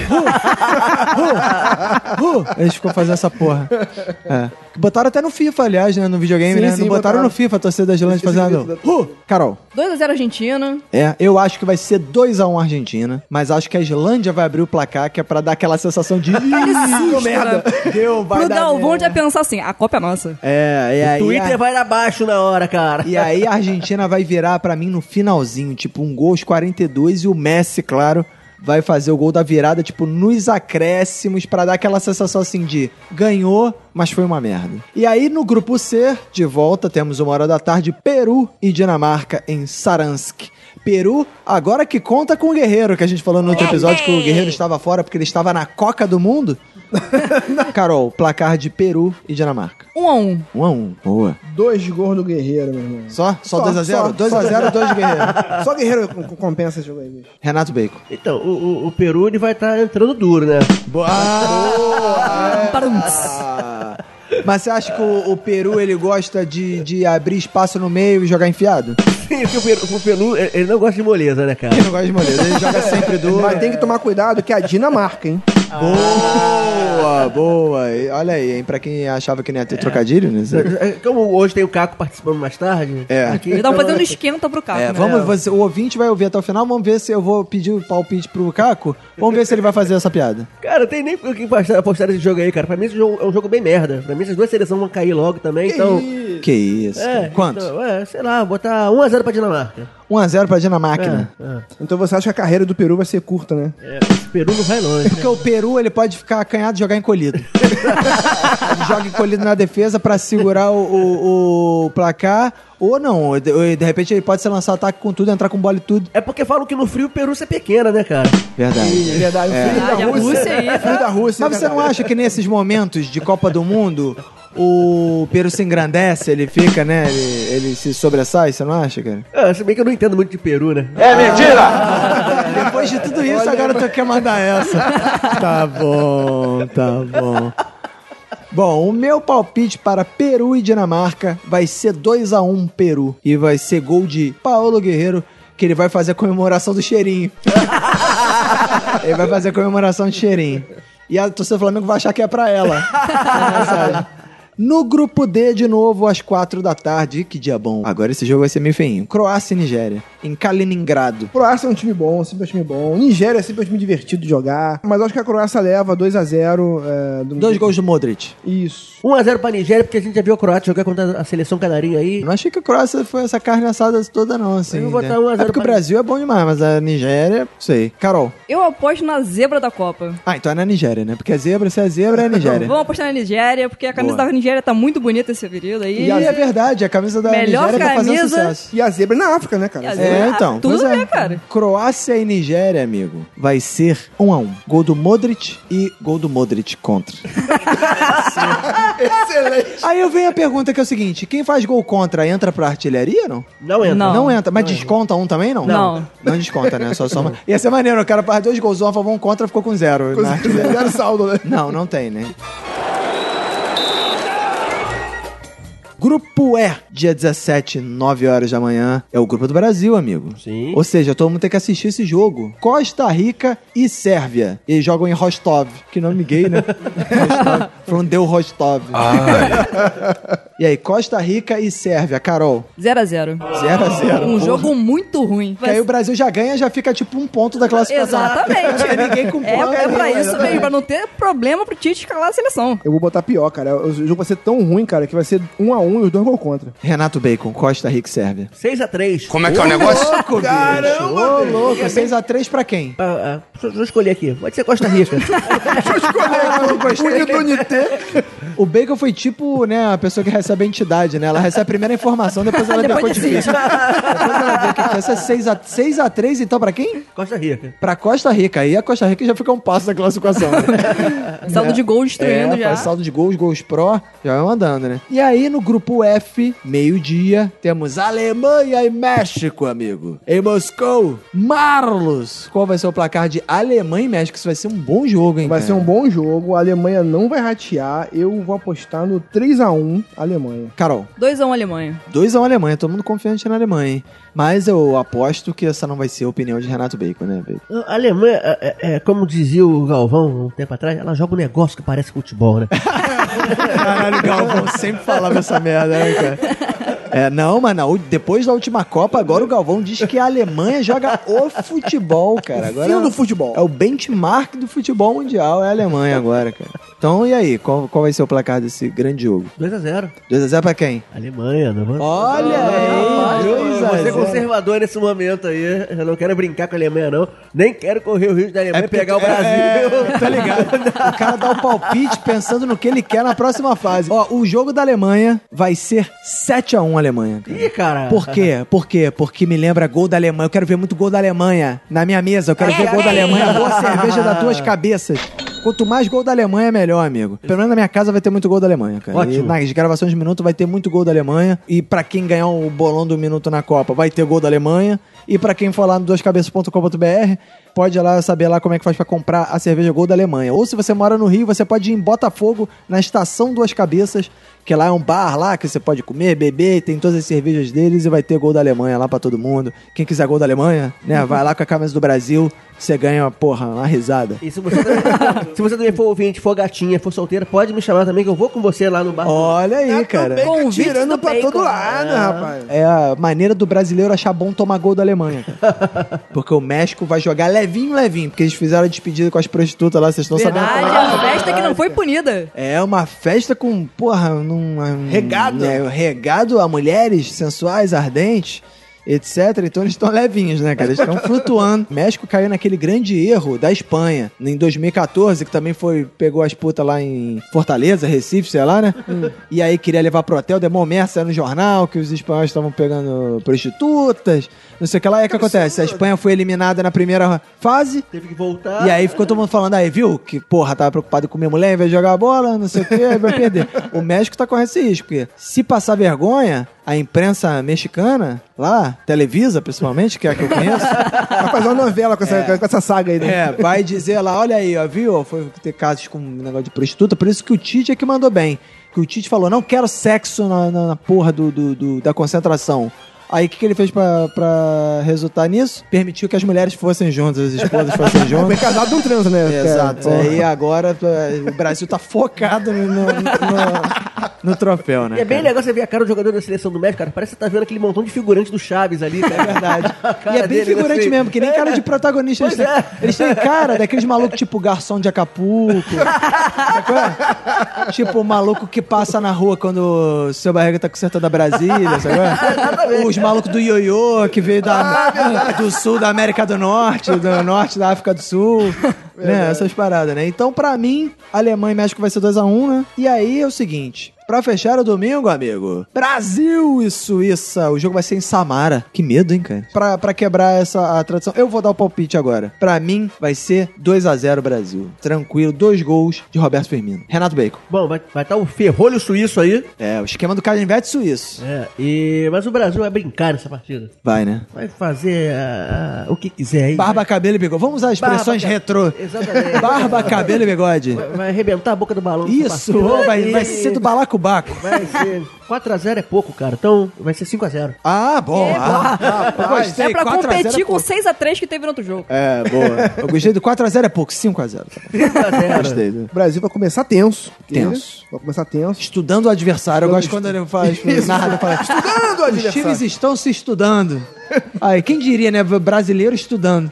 hu. Eles ficam fazendo essa porra. É. Botaram até no FIFA, aliás, né? No videogame,
Sim,
né?
sim,
Não botaram,
botaram.
no FIFA a torcida da Islândia
Esqueci
fazendo.
disso,
Hu. Carol.
2x0 Argentina.
É, eu acho que vai ser 2x1 Argentina, mas acho que a Islândia vai abrir o placar, que é pra dar aquela sensação de. Ih, deu merda! Deu, vai
Pro
dar
Dalvão
merda.
já pensar assim, a Copa é nossa.
É, e aí.
Twitter vai dar baixo na hora, cara.
E aí a Argentina vai virar pra mim no finalzinho, tipo um gol aos 42 e o Messi, claro, vai fazer o gol da virada, tipo nos acréscimos pra dar aquela sensação assim de ganhou, mas foi uma merda. E aí no grupo C, de volta, temos uma hora da tarde, Peru e Dinamarca em Saransk. Peru, agora que conta com o Guerreiro, que a gente falou no outro episódio que o Guerreiro estava fora porque ele estava na Coca do Mundo. Carol, placar de Peru e Dinamarca.
1x1.
Um a um. Boa.
Dois gols do Guerreiro, meu irmão.
Só? Só
Só,
2x0?
só,
2x0, 2 Guerreiro.
Só Guerreiro com- com- compensa esse jogo aí, bicho.
Renato Bacon.
Então, o, o- o Peru ele vai estar entrando duro, né?
Ah, Mas você acha que o, o Peru ele gosta de, de abrir espaço no meio e jogar enfiado?
Sim, porque o Peru, o Peru, ele ele não gosta de moleza, né, cara?
Ele não gosta de moleza, ele joga sempre duro.
Mas tem que tomar cuidado que é a Dinamarca, hein?
Boa, boa. E Olha aí, hein? Pra quem achava que não ia ter trocadilho, né? Zé?
É, Como hoje tem o Caco participando mais tarde.
É.
Aqui,
Eles dão
então,
fazendo um esquenta pro carro,
É,
né?
vamos, você- o ouvinte vai ouvir até o final, vamos ver se eu vou pedir o palpite pro Caco. Vamos ver se ele vai fazer essa piada.
Cara, tem nem o que apostar- apostar nesse jogo aí, cara. Pra mim esse jogo é um jogo bem merda. Pra mim essas duas seleções vão cair logo também, então...
Que isso.
É,
Quantos?
então, é, sei lá, botar 1x0 pra Dinamarca.
1x0 pra Dinamarca. né?
É,
Então você acha que a carreira do Peru vai ser curta, né?
é, esse Peru não vai longe. né?
Porque o Peru, ele pode ficar acanhado e jogar encolhido. ele joga encolhido na defesa pra segurar o, o- o placar. Ou não, ou de, ou de repente ele pode se lançar ataque com tudo, entrar com bola e tudo.
É porque falam que no frio o Peru é pequena, né, cara? Ah,
Verdade.
É verdade. O filho
Verdade, a
da Rússia.
Ah,
é,
Rússia é aí.
O filho da Rússia.
Mas você não acha que nesses momentos de Copa do Mundo, o Peru se engrandece, ele fica, né? Ele, ele se sobressai, você não acha, cara?
Ah, se bem que eu não entendo muito de Peru, né?
Depois de tudo isso, agora tu quer mandar essa. Tá bom, tá bom. Bom, o meu palpite para Peru e Dinamarca vai ser 2 a 1 Peru. E vai ser gol de Paulo Guerreiro, que ele vai fazer a comemoração do cheirinho. ele vai fazer a comemoração do cheirinho. E a torcida do Flamengo vai achar que é pra ela. Sabe? No grupo D, de novo, às 4 da tarde. Que dia bom. Agora esse jogo vai ser meio feinho. Croácia e Nigéria, em Kaliningrado.
Croácia é um time bom, sempre é um time bom. Nigéria é sempre um time divertido de jogar. Mas eu acho que a Croácia leva 2x0. É, do-
Dois gols do Modric.
Isso.
1x0 pra Nigéria, porque Um a gente já viu a Croácia jogar contra a seleção canarinha aí.
Eu não achei que a Croácia foi essa carne assada toda, não, assim.
Eu vou
né?
botar um a zero
É porque o
pra-
Brasil é bom demais, mas a Nigéria, não sei. Carol.
Eu aposto na zebra da Copa.
Ah, então é na Nigéria, né? Porque a zebra, se é zebra, é a Nigéria.
Vamos apostar na Nigéria, porque a camisa
Boa.
da Nigéria tá muito bonita esse período aí.
E é verdade, a camisa da
Melhor
Nigéria tá fazendo
camisa.
sucesso.
E a zebra na África, né, cara?
E a zebra-
É,
Ah,
então.
tudo
pois é.
bem, cara.
Croácia e Nigéria, amigo, vai ser um a um. Gol do Modric e gol do Modric contra.
Excelente.
Aí eu venho a pergunta que é o seguinte: quem faz gol contra entra pra artilharia, não?
Não entra.
Não.
Não, entra, mas desconta um também, não?
Não.
Não desconta, né? Só soma. Ia ser maneiro, o cara faz dois gols, um a favor, um contra, ficou com zero. na artilharia.
Zero saldo, né?
Não, não tem, né? Grupo E, dia 17, 9 horas da manhã. É o grupo do Brasil, amigo.
Sim.
Ou seja, todo mundo tem que assistir esse jogo. Costa Rica e Sérvia. E jogam em Rostov. Que nome gay, né? Rostov. Frondeu Rostov. E aí, Costa Rica e Sérvia. Carol,
0x0.
0 a 0
Um jogo muito ruim.
Que aí o Brasil já ganha, já fica tipo um ponto da classificação.
Exatamente.
Ninguém com
É,
porra
é pra
nenhuma,
isso
né?
mesmo, pra não ter problema pro Tite escalar a seleção.
Eu vou botar pior, cara. O jogo vai ser tão ruim, cara, que vai ser 1x1 e os dois gol contra.
Renato Bacon, Costa Rica e Sérvia.
6x3.
Como é que é o negócio?
Caramba! Ô, louco, 6x3 pra quem?
Ah, ah, deixa eu escolher aqui. Pode ser Costa Rica.
O Bacon foi tipo, né, a pessoa que recebe a entidade, né? Ela recebe a primeira informação, depois ela
Ah, Depois
decodifica.
decide.
Depois ela vê o que que é. Essa é 6x3, 6 a 3 então, pra quem?
Costa Rica.
Pra Costa Rica. Aí a Costa Rica já fica um passo da classificação. Né?
Saldo de gol destruindo
é,
já.
faz saldo de gols, gols pró, já vai mandando, né? E aí, no grupo F, meio-dia, temos Alemanha e México, amigo. Em Moscou, Marlos. Qual vai ser o placar de Alemanha e México? Isso vai ser um bom jogo, hein?
Vai
cara?
ser um bom jogo. A Alemanha não vai ratear. Eu vou apostar no 3x1 Alemanha.
Carol,
2x1 Alemanha.
2 a 1 Alemanha, todo mundo confiante na Alemanha, hein? Mas eu aposto que essa não vai ser a opinião de Renato Bacon, né, Bacon?
A Alemanha, é, é, é, como dizia o Galvão um tempo atrás, ela joga um negócio que parece futebol, né?
Caralho, Galvão sempre falava essa merda, né, cara? É, não, mas na u- depois da última Copa, agora o Galvão diz que a Alemanha joga o futebol, cara. Agora
Fim do futebol.
É o benchmark do futebol mundial, é a Alemanha agora, cara. Então, e aí? Qual, qual vai ser o placar desse grande jogo?
2x0.
2x0 pra quem?
Alemanha, não vou...
Olha
Ah,
aí,
Eu vou
2x0.
ser conservador nesse momento aí. Eu não quero brincar com a Alemanha, não. Nem quero correr o risco da Alemanha
porque-
pegar o Brasil.
É, tá ligado? O cara dá o palpite pensando no que ele quer na próxima fase. Ó, o jogo da Alemanha vai ser 7x1 Alemanha. cara.
Ih, cara.
Por quê? Por quê? Porque me lembra gol da Alemanha. Eu quero ver muito gol da Alemanha na minha mesa. Eu quero ver gol da Alemanha. Boa cerveja das duas cabeças. Quanto mais gol da Alemanha, é melhor, amigo. Pelo menos na minha casa vai ter muito gol da Alemanha, cara.
Ótimo.
E nas gravações de minuto vai ter muito gol da Alemanha. E pra quem ganhar o bolão do minuto na Copa, vai ter gol da Alemanha. E pra quem for lá no duascabeças.com.br, pode ir lá saber lá como é que faz pra comprar a cerveja gol da Alemanha. Ou se você mora no Rio, você pode ir em Botafogo, na estação Duas Cabeças, que lá é um bar lá que você pode comer, beber, tem todas as cervejas deles e vai ter gol da Alemanha lá pra todo mundo. Quem quiser gol da Alemanha, né, vai lá com a camisa do Brasil, você ganha uma porra, uma risada.
E se você, também, se você também for ouvinte, for gatinha, for solteira, pode me chamar também que eu vou com você lá no bar.
Olha
Tá
aí, cara.
Bacon
Convite
tirando
do
pra
Bacon.
todo lado, rapaz.
É a maneira do brasileiro achar bom tomar gol da Alemanha. cara. Porque o México vai jogar levinho, levinho. Porque eles fizeram a despedida com as prostitutas lá, vocês estão sabendo.
Verdade, é uma festa que não foi punida.
É uma festa com, porra, num. um-
Regado.
É, regado a mulheres sensuais, ardentes. etc. Então eles estão levinhos, né, cara? Eles estão flutuando. O México caiu naquele grande erro da Espanha em 2014, que também foi pegou as putas lá em Fortaleza, Recife, sei lá, né? E aí queria levar pro hotel, demônio Mercer saiu no jornal que os espanhóis estavam pegando prostitutas, não sei o que lá. E aí o que acontece? A Espanha foi eliminada na primeira fase,
Teve que voltar.
e aí ficou todo mundo falando, aí viu que, porra, tava preocupado em comer mulher em vez de jogar bola, não sei o quê, aí vai perder. O México tá correndo esse risco, porque se passar vergonha, a imprensa mexicana, lá, Televisa, principalmente, que é a que eu conheço,
Vai fazer é uma novela com essa, com essa saga aí, né?
é, vai dizer lá, olha aí, ó, viu? Foi ter casos com um negócio de prostituta, por isso que o Tite é que mandou bem. Que o Tite falou, não quero sexo na, na- na porra do, do- do- da concentração. Aí o que, que ele fez pra, pra resultar nisso? Permitiu que as mulheres fossem juntas, as esposas fossem
Foi
juntas.
casado não transa, né?
É,
Cara,
Exato.
porra.
Aí agora é, o Brasil tá focado no, no, no- no troféu, né?
E é bem
cara?
legal você ver a cara do jogador da seleção do México, cara. Parece que você tá vendo aquele montão de figurante do Chaves ali, cara. É verdade.
E é bem figurante mesmo, que nem cara de protagonista. Eles têm,
Pois é.
eles têm cara daqueles malucos tipo garçom de Acapulco. sacou? tipo o maluco que passa na rua quando o seu barriga tá consertando a Brasília. Sacou? Os malucos do ioiô que veio
Ah,
da, do sul da América do Norte, do norte da África do Sul. Né, essas paradas, né? Então, pra mim, Alemanha e México vai ser 2x1, né? E aí é o seguinte: pra fechar o domingo, amigo, Brasil e Suíça. O jogo vai ser em Samara. Que medo, hein, cara? Pra, pra quebrar essa a tradição, eu vou dar o palpite agora. Pra mim, vai ser 2x0 Brasil. Tranquilo, dois gols de Roberto Firmino. Renato Bacon.
Bom, vai estar o ferrolho suíço aí.
É, o esquema do Carinvete Suíço.
É, e... mas o Brasil vai brincar nessa partida.
Vai, né?
Vai fazer ah, ah, o que quiser aí.
Barba, cabelo e bigode. Vamos usar expressões
Barba,
retrô.
Exatamente.
Barba, cabelo e bigode.
Vai- Vai arrebentar a boca do balão. nessa
Isso,
partida.
ô, vai,
E-
vai ser do balacobaco.
Vai ser. 4x0 é pouco, cara. Então vai ser 5x0.
Ah, bom.
É,
ah, rapaz,
É pra
4 a 0
competir com
pouco.
6x3 que teve no outro jogo.
É, boa. Eu gostei do 4x0 é pouco, 5x0. Gostei. né?
O Brasil vai começar tenso.
Tenso.
Vai começar tenso.
Estudando o adversário. Eu gosto quando ele faz narrador fala. Estudando o Os
adversário."
times estão se estudando. Aí, quem diria, né? Brasileiro estudando.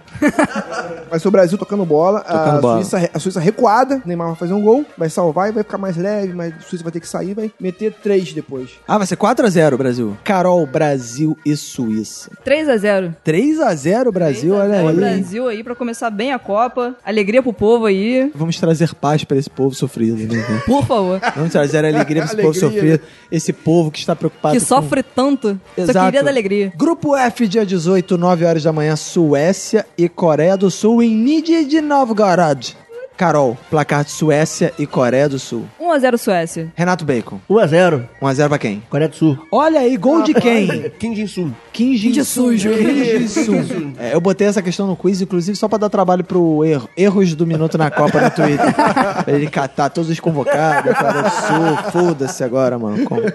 Vai ser o Brasil tocando bola.
Tocando
a,
bola.
Suíça, a Suíça recuada. O Neymar vai fazer um gol, vai salvar e vai ficar mais leve, mas a Suíça vai ter que sair, vai meter três depois.
Ah, vai ser 4x0, Brasil. Carol, Brasil e Suíça.
3x0.
3x0, Brasil, olha aí.
Brasil aí pra começar bem a Copa. Alegria pro povo aí.
Vamos trazer paz pra esse povo sofrido, né?
Por favor.
Vamos trazer alegria pra esse povo
Alegria.
sofrido. Esse povo que está preocupado
Que
com-
sofre tanto. Só queria é da alegria.
Grupo F, dia 18, 9 horas da manhã, Suécia e Coreia do Sul em Nid de Novgorod. Carol, placar de Suécia e Coreia do Sul.
1x0 Suécia.
Renato Bacon,
1x0.
1x0 pra quem?
Coreia do Sul.
Olha aí, gol de quem?
Kim Jin-sung.
Kim Jin-sung. Kim Jin-sung. É, eu botei essa questão no quiz, inclusive, só pra dar trabalho pro erro, erros do Minuto na Copa no Twitter. pra ele catar todos os convocados, Coreia do Sul, foda-se agora, mano. Como-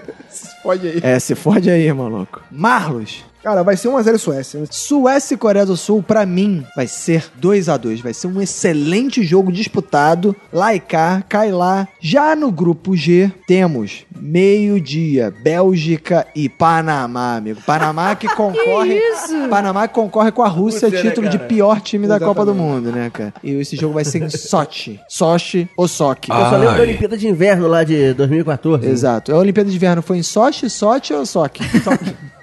Pode aí.
É, se fode aí, maluco. Marlos,
Cara, vai ser 1x0 Suécia.
Suécia e Coreia do Sul, pra mim, vai ser 2 a 2 Vai ser um excelente jogo disputado. Laicar, cai lá. Já no grupo G, temos meio-dia, Bélgica e Panamá, amigo. Panamá que concorre.
isso?
Panamá que concorre com a Rússia,
Rússia, né,
título de
cara?
pior time da Copa do Mundo, né, cara? E esse jogo vai ser em Sochi. Sochi ou Sochi.
Eu só lembro da Olimpíada de Inverno lá de 2014.
Exato. A Olimpíada de Inverno foi em Sochi, Sochi ou Sochi?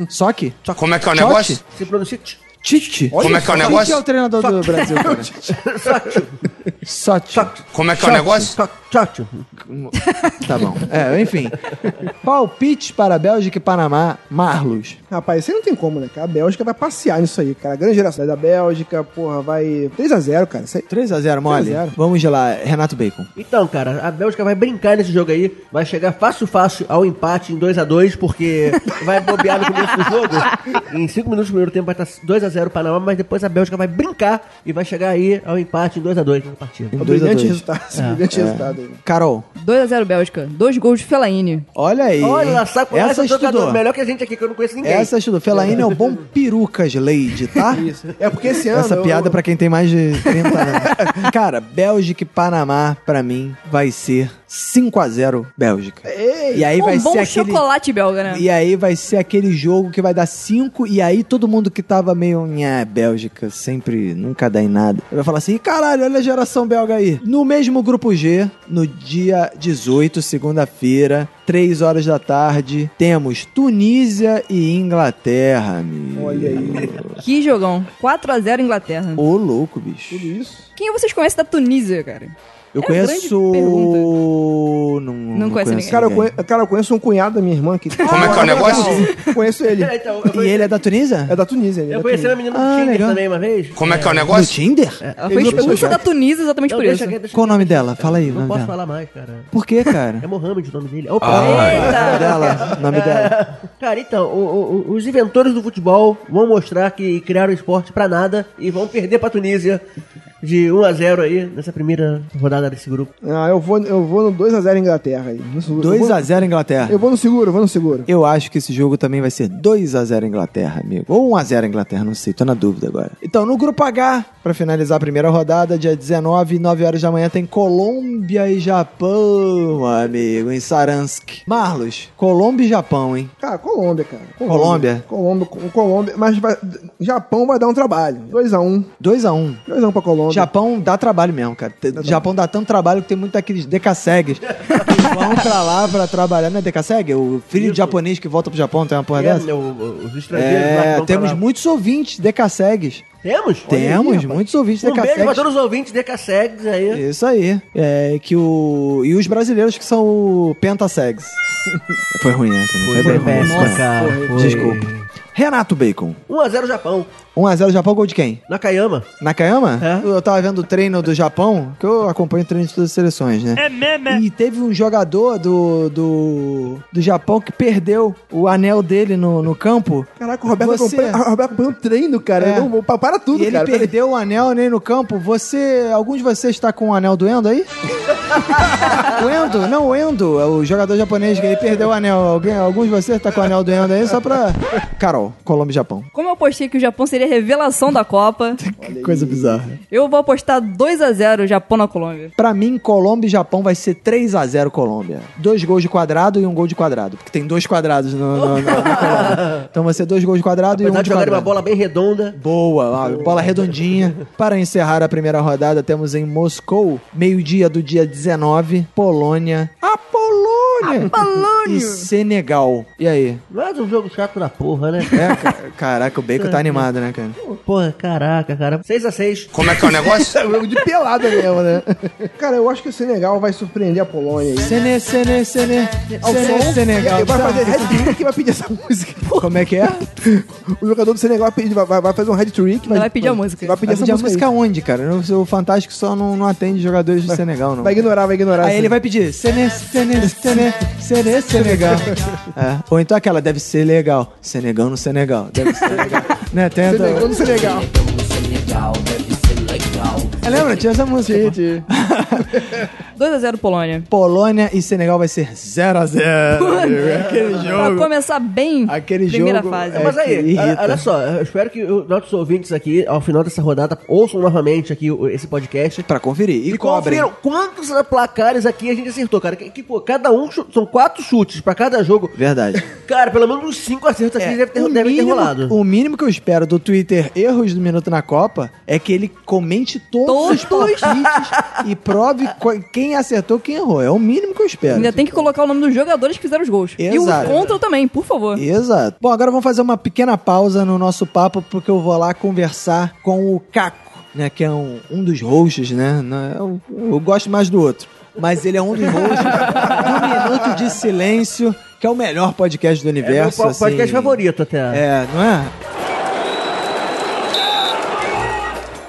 Sochi?
Como é que é o
Shot?
negócio?
Se pronuncia. tch,
Tite.
Como é que é o
Quem
negócio?
que é o treinador do Brasil, cara? Sochi.
Como é que é
um
o negócio?
tch, tch, tch.
Tá bom. É, enfim. Palpite para Bélgica e Panamá, Marlos.
Rapaz, isso aí não tem como, né, cara? A Bélgica vai passear nisso aí, cara. A grande geração da Bélgica, porra, vai 3x0, cara. Isso aí
3x0, mole.
3 a 0.
Vamos lá, Renato Bacon.
Então, cara, a Bélgica vai brincar nesse jogo aí, vai chegar fácil, fácil ao empate em 2x2, porque vai bobear no começo do jogo. Em 5 minutos do primeiro tempo vai tá estar 2x0 o Panamá, mas depois a Bélgica vai brincar e vai chegar aí ao empate em 2x2 na partida.
Em
é um
2 a é.
brilhante
2.
resultado. esse brilhante resultado aí.
Carol,
2x0 Bélgica. Dois gols de Fellaini.
olha aí.
Olha
hein?
lá, saco
Essa estudou.
melhor que a gente aqui, que eu não conheço ninguém.
Essa estudou. Felaine é o bom perucas Lady, tá? Isso.
É porque esse ano.
Essa
eu-
piada pra quem tem mais de 30 anos. Cara, Bélgica e Panamá, pra mim, vai ser 5x0 Bélgica.
Ei,
E aí vai
um bom
ser aquele...
chocolate belga, né?
E aí vai ser aquele jogo que vai dar 5 e aí todo mundo que tava meio geração, nha, Bélgica, sempre, nunca dá em nada. Ele vai falar assim, "Ih, caralho, olha a geração belga aí. No mesmo grupo G, no dia 18, segunda-feira, 3 horas da tarde, temos Tunísia e Inglaterra, amigo.
Olha aí.
Que jogão. 4x0 Inglaterra.
Ô, louco, bicho.
Tudo isso.
Quem vocês conhecem da Tunísia, cara?
Eu
É uma grande
conheço. Não, não
conhece ninguém.
Cara eu, conhe- cara, eu conheço um cunhado da minha irmã que.
Como é que é o negócio?
Conheço ele.
É, então, eu
E
conheci,
ele é da Tunísia?
É da Tunísia. Ele é
eu
da
conheci
Tunísia.
uma menina do
Ah,
Tinder
legal.
também uma vez.
Como é que é o
No
negócio?
Tinder?
Ela foi expulsa da Tunísia exatamente
Não,
por
deixa
isso.
aqui, deixa
Qual o
aqui.
nome dela? Fala aí. o
Não
nome
posso
dela.
falar mais, cara.
Por que, cara?
É Mohamed o nome dele. Opa!
Ah,
É.
O nome
Eita!
dela. o nome dela.
Cara, então, o- o- os inventores do futebol vão mostrar que criaram o esporte pra nada e vão perder pra Tunísia de 1 a 0 aí nessa primeira rodada desse grupo.
Ah, eu vou, eu vou no 2x0 Inglaterra aí. No seguro. Eu vou-
2x0 Inglaterra.
Eu vou no seguro, eu vou no seguro.
Eu acho que esse jogo também vai ser 2x0 Inglaterra, amigo. Ou 1x0 Inglaterra, não sei, tô na dúvida agora. Então, no grupo H, pra finalizar a primeira rodada, dia 19, 9 horas da manhã, tem Colômbia e Japão, amigo, em Saransk. Marlos, Colômbia e Japão, hein?
Cara, Colômbia, cara.
Colômbia?
Colômbia, com- Colômbia. Mas vai- Japão vai dar um trabalho. 2x1.
2x1.
2x1 pra Colômbia.
Japão dá trabalho mesmo, cara. Te- Japão dá tanto trabalho que tem muito daqueles decassegues que vão pra lá pra trabalhar. Não é decassegue? O filho de japonês que volta pro Japão tem uma porra dessa?
É, o- os estrangeiros lá que
É,
vão
temos
pra tá lá.
muitos ouvintes decassegues.
Temos?
Temos
Olha aí,
muitos ouvintes
rapaz. Um beijo pra
decassegues.
todos os ouvintes decassegues aí.
Isso aí. É, que o... E os brasileiros que são o pentassegues. foi ruim essa, né? Foi, bem péssima,
cara.
Desculpa. Renato Bacon.
1x0 Japão.
1x0 Japão, gol de quem?
Nakayama.
Nakayama?
É.
Eu tava vendo o treino do Japão, que eu acompanho o treino de todas as seleções, né? É mesmo, E teve um jogador do, do, do Japão que perdeu o anel dele no, no campo.
Caraca, o Roberto
Você-
acompanha, o Roberto acompanha o treino, cara.
É.
Eu não- pa- para tudo,
e ele
cara. Peraí.
perdeu o anel nem no campo. Você. Algum de vocês tá com o anel doendo aí? o Endo? Não, o Endo, é o jogador japonês que ele perdeu o anel. Alguém, algum de vocês tá com o anel doendo aí? Só pra. Carol, Colômbia e Japão.
Como eu postei que o Japão seria a revelação da Copa,
Que coisa bizarra.
eu vou apostar 2x0 Japão na Colômbia.
Pra mim, Colômbia e Japão vai ser 3 a 0 Colômbia. Dois gols de quadrado e um gol de quadrado. Porque tem dois quadrados no, no- no- na Colômbia. Então vai ser dois gols de quadrado e
Apesar
um
de
de
jogar uma
quadrado.
bola bem redonda.
Boa, uma bola redondinha. Para encerrar a primeira rodada, temos em Moscou, meio-dia do dia 19, Polônia. A Polônia! E Senegal. E aí?
Mas um jogo chato da porra, né?
É, ca- caraca, o Bacon tá animado, né, cara?
Porra, caraca, cara. 6x6.
Como é que é o negócio?
É um jogo de pelada mesmo, né? cara, eu acho que o Senegal vai surpreender a Polônia aí.
Sene, Sene, Sene,
Ao som,
Sene, Senegal.
e Vai fazer head que vai pedir essa música.
Como é que é?
O jogador do Senegal vai, pedir- vai- vai- vai fazer um head trick.
Vai pedir a música.
Vai pedir
Mas
essa
pedir a
música.
música é
aí.
onde, cara? No- O Fantástico só não, não atende jogadores do Senegal, não.
Vai ignorar, vai ignorar.
Aí
essa-
ele vai pedir Sene, Sene, Sene, Sene, Senegal. É. Ou então aquela, deve ser legal. Senegal no Senegal. Deve ser legal. né, tenta.
Senegal no Senegal.
É, lembra? Tinha essa música. pô.
2x0 Polônia.
Polônia e Senegal vai ser 0x0. Aquele
Pra
jogo.
começar bem,
Aquele
primeira
jogo
fase.
é-
Mas aí,
que
a-
irrita.
olha só, eu espero que os nossos ouvintes aqui, ao final dessa rodada, ouçam novamente aqui o- esse podcast.
Pra conferir. E,
E
cobrem.
confiram quantos placares aqui a gente acertou, cara. Que, que, pô, cada um chu- são quatro chutes pra cada jogo.
Verdade.
Cara, pelo menos uns cinco acertos aqui É, deve ter,
o,
devem ter
mínimo,
rolado.
o mínimo que eu espero do Twitter Erros do Minuto na Copa é que ele comente todos, os palpites e prove qu- quem acertou quem errou. É o mínimo que eu espero.
Ainda tem que colocar o nome dos jogadores que fizeram os gols.
Exato.
E o contra também, por favor.
Exato. Bom, agora vamos fazer uma pequena pausa no nosso papo, porque eu vou lá conversar com o Caco, né? Que é um, um dos hosts, né? Não, Eu, eu gosto mais do outro. Mas ele é um dos hosts do Minuto de Silêncio, que é o melhor podcast do
é meu
universo.
po- podcast
assim.
favorito até.
É, não é?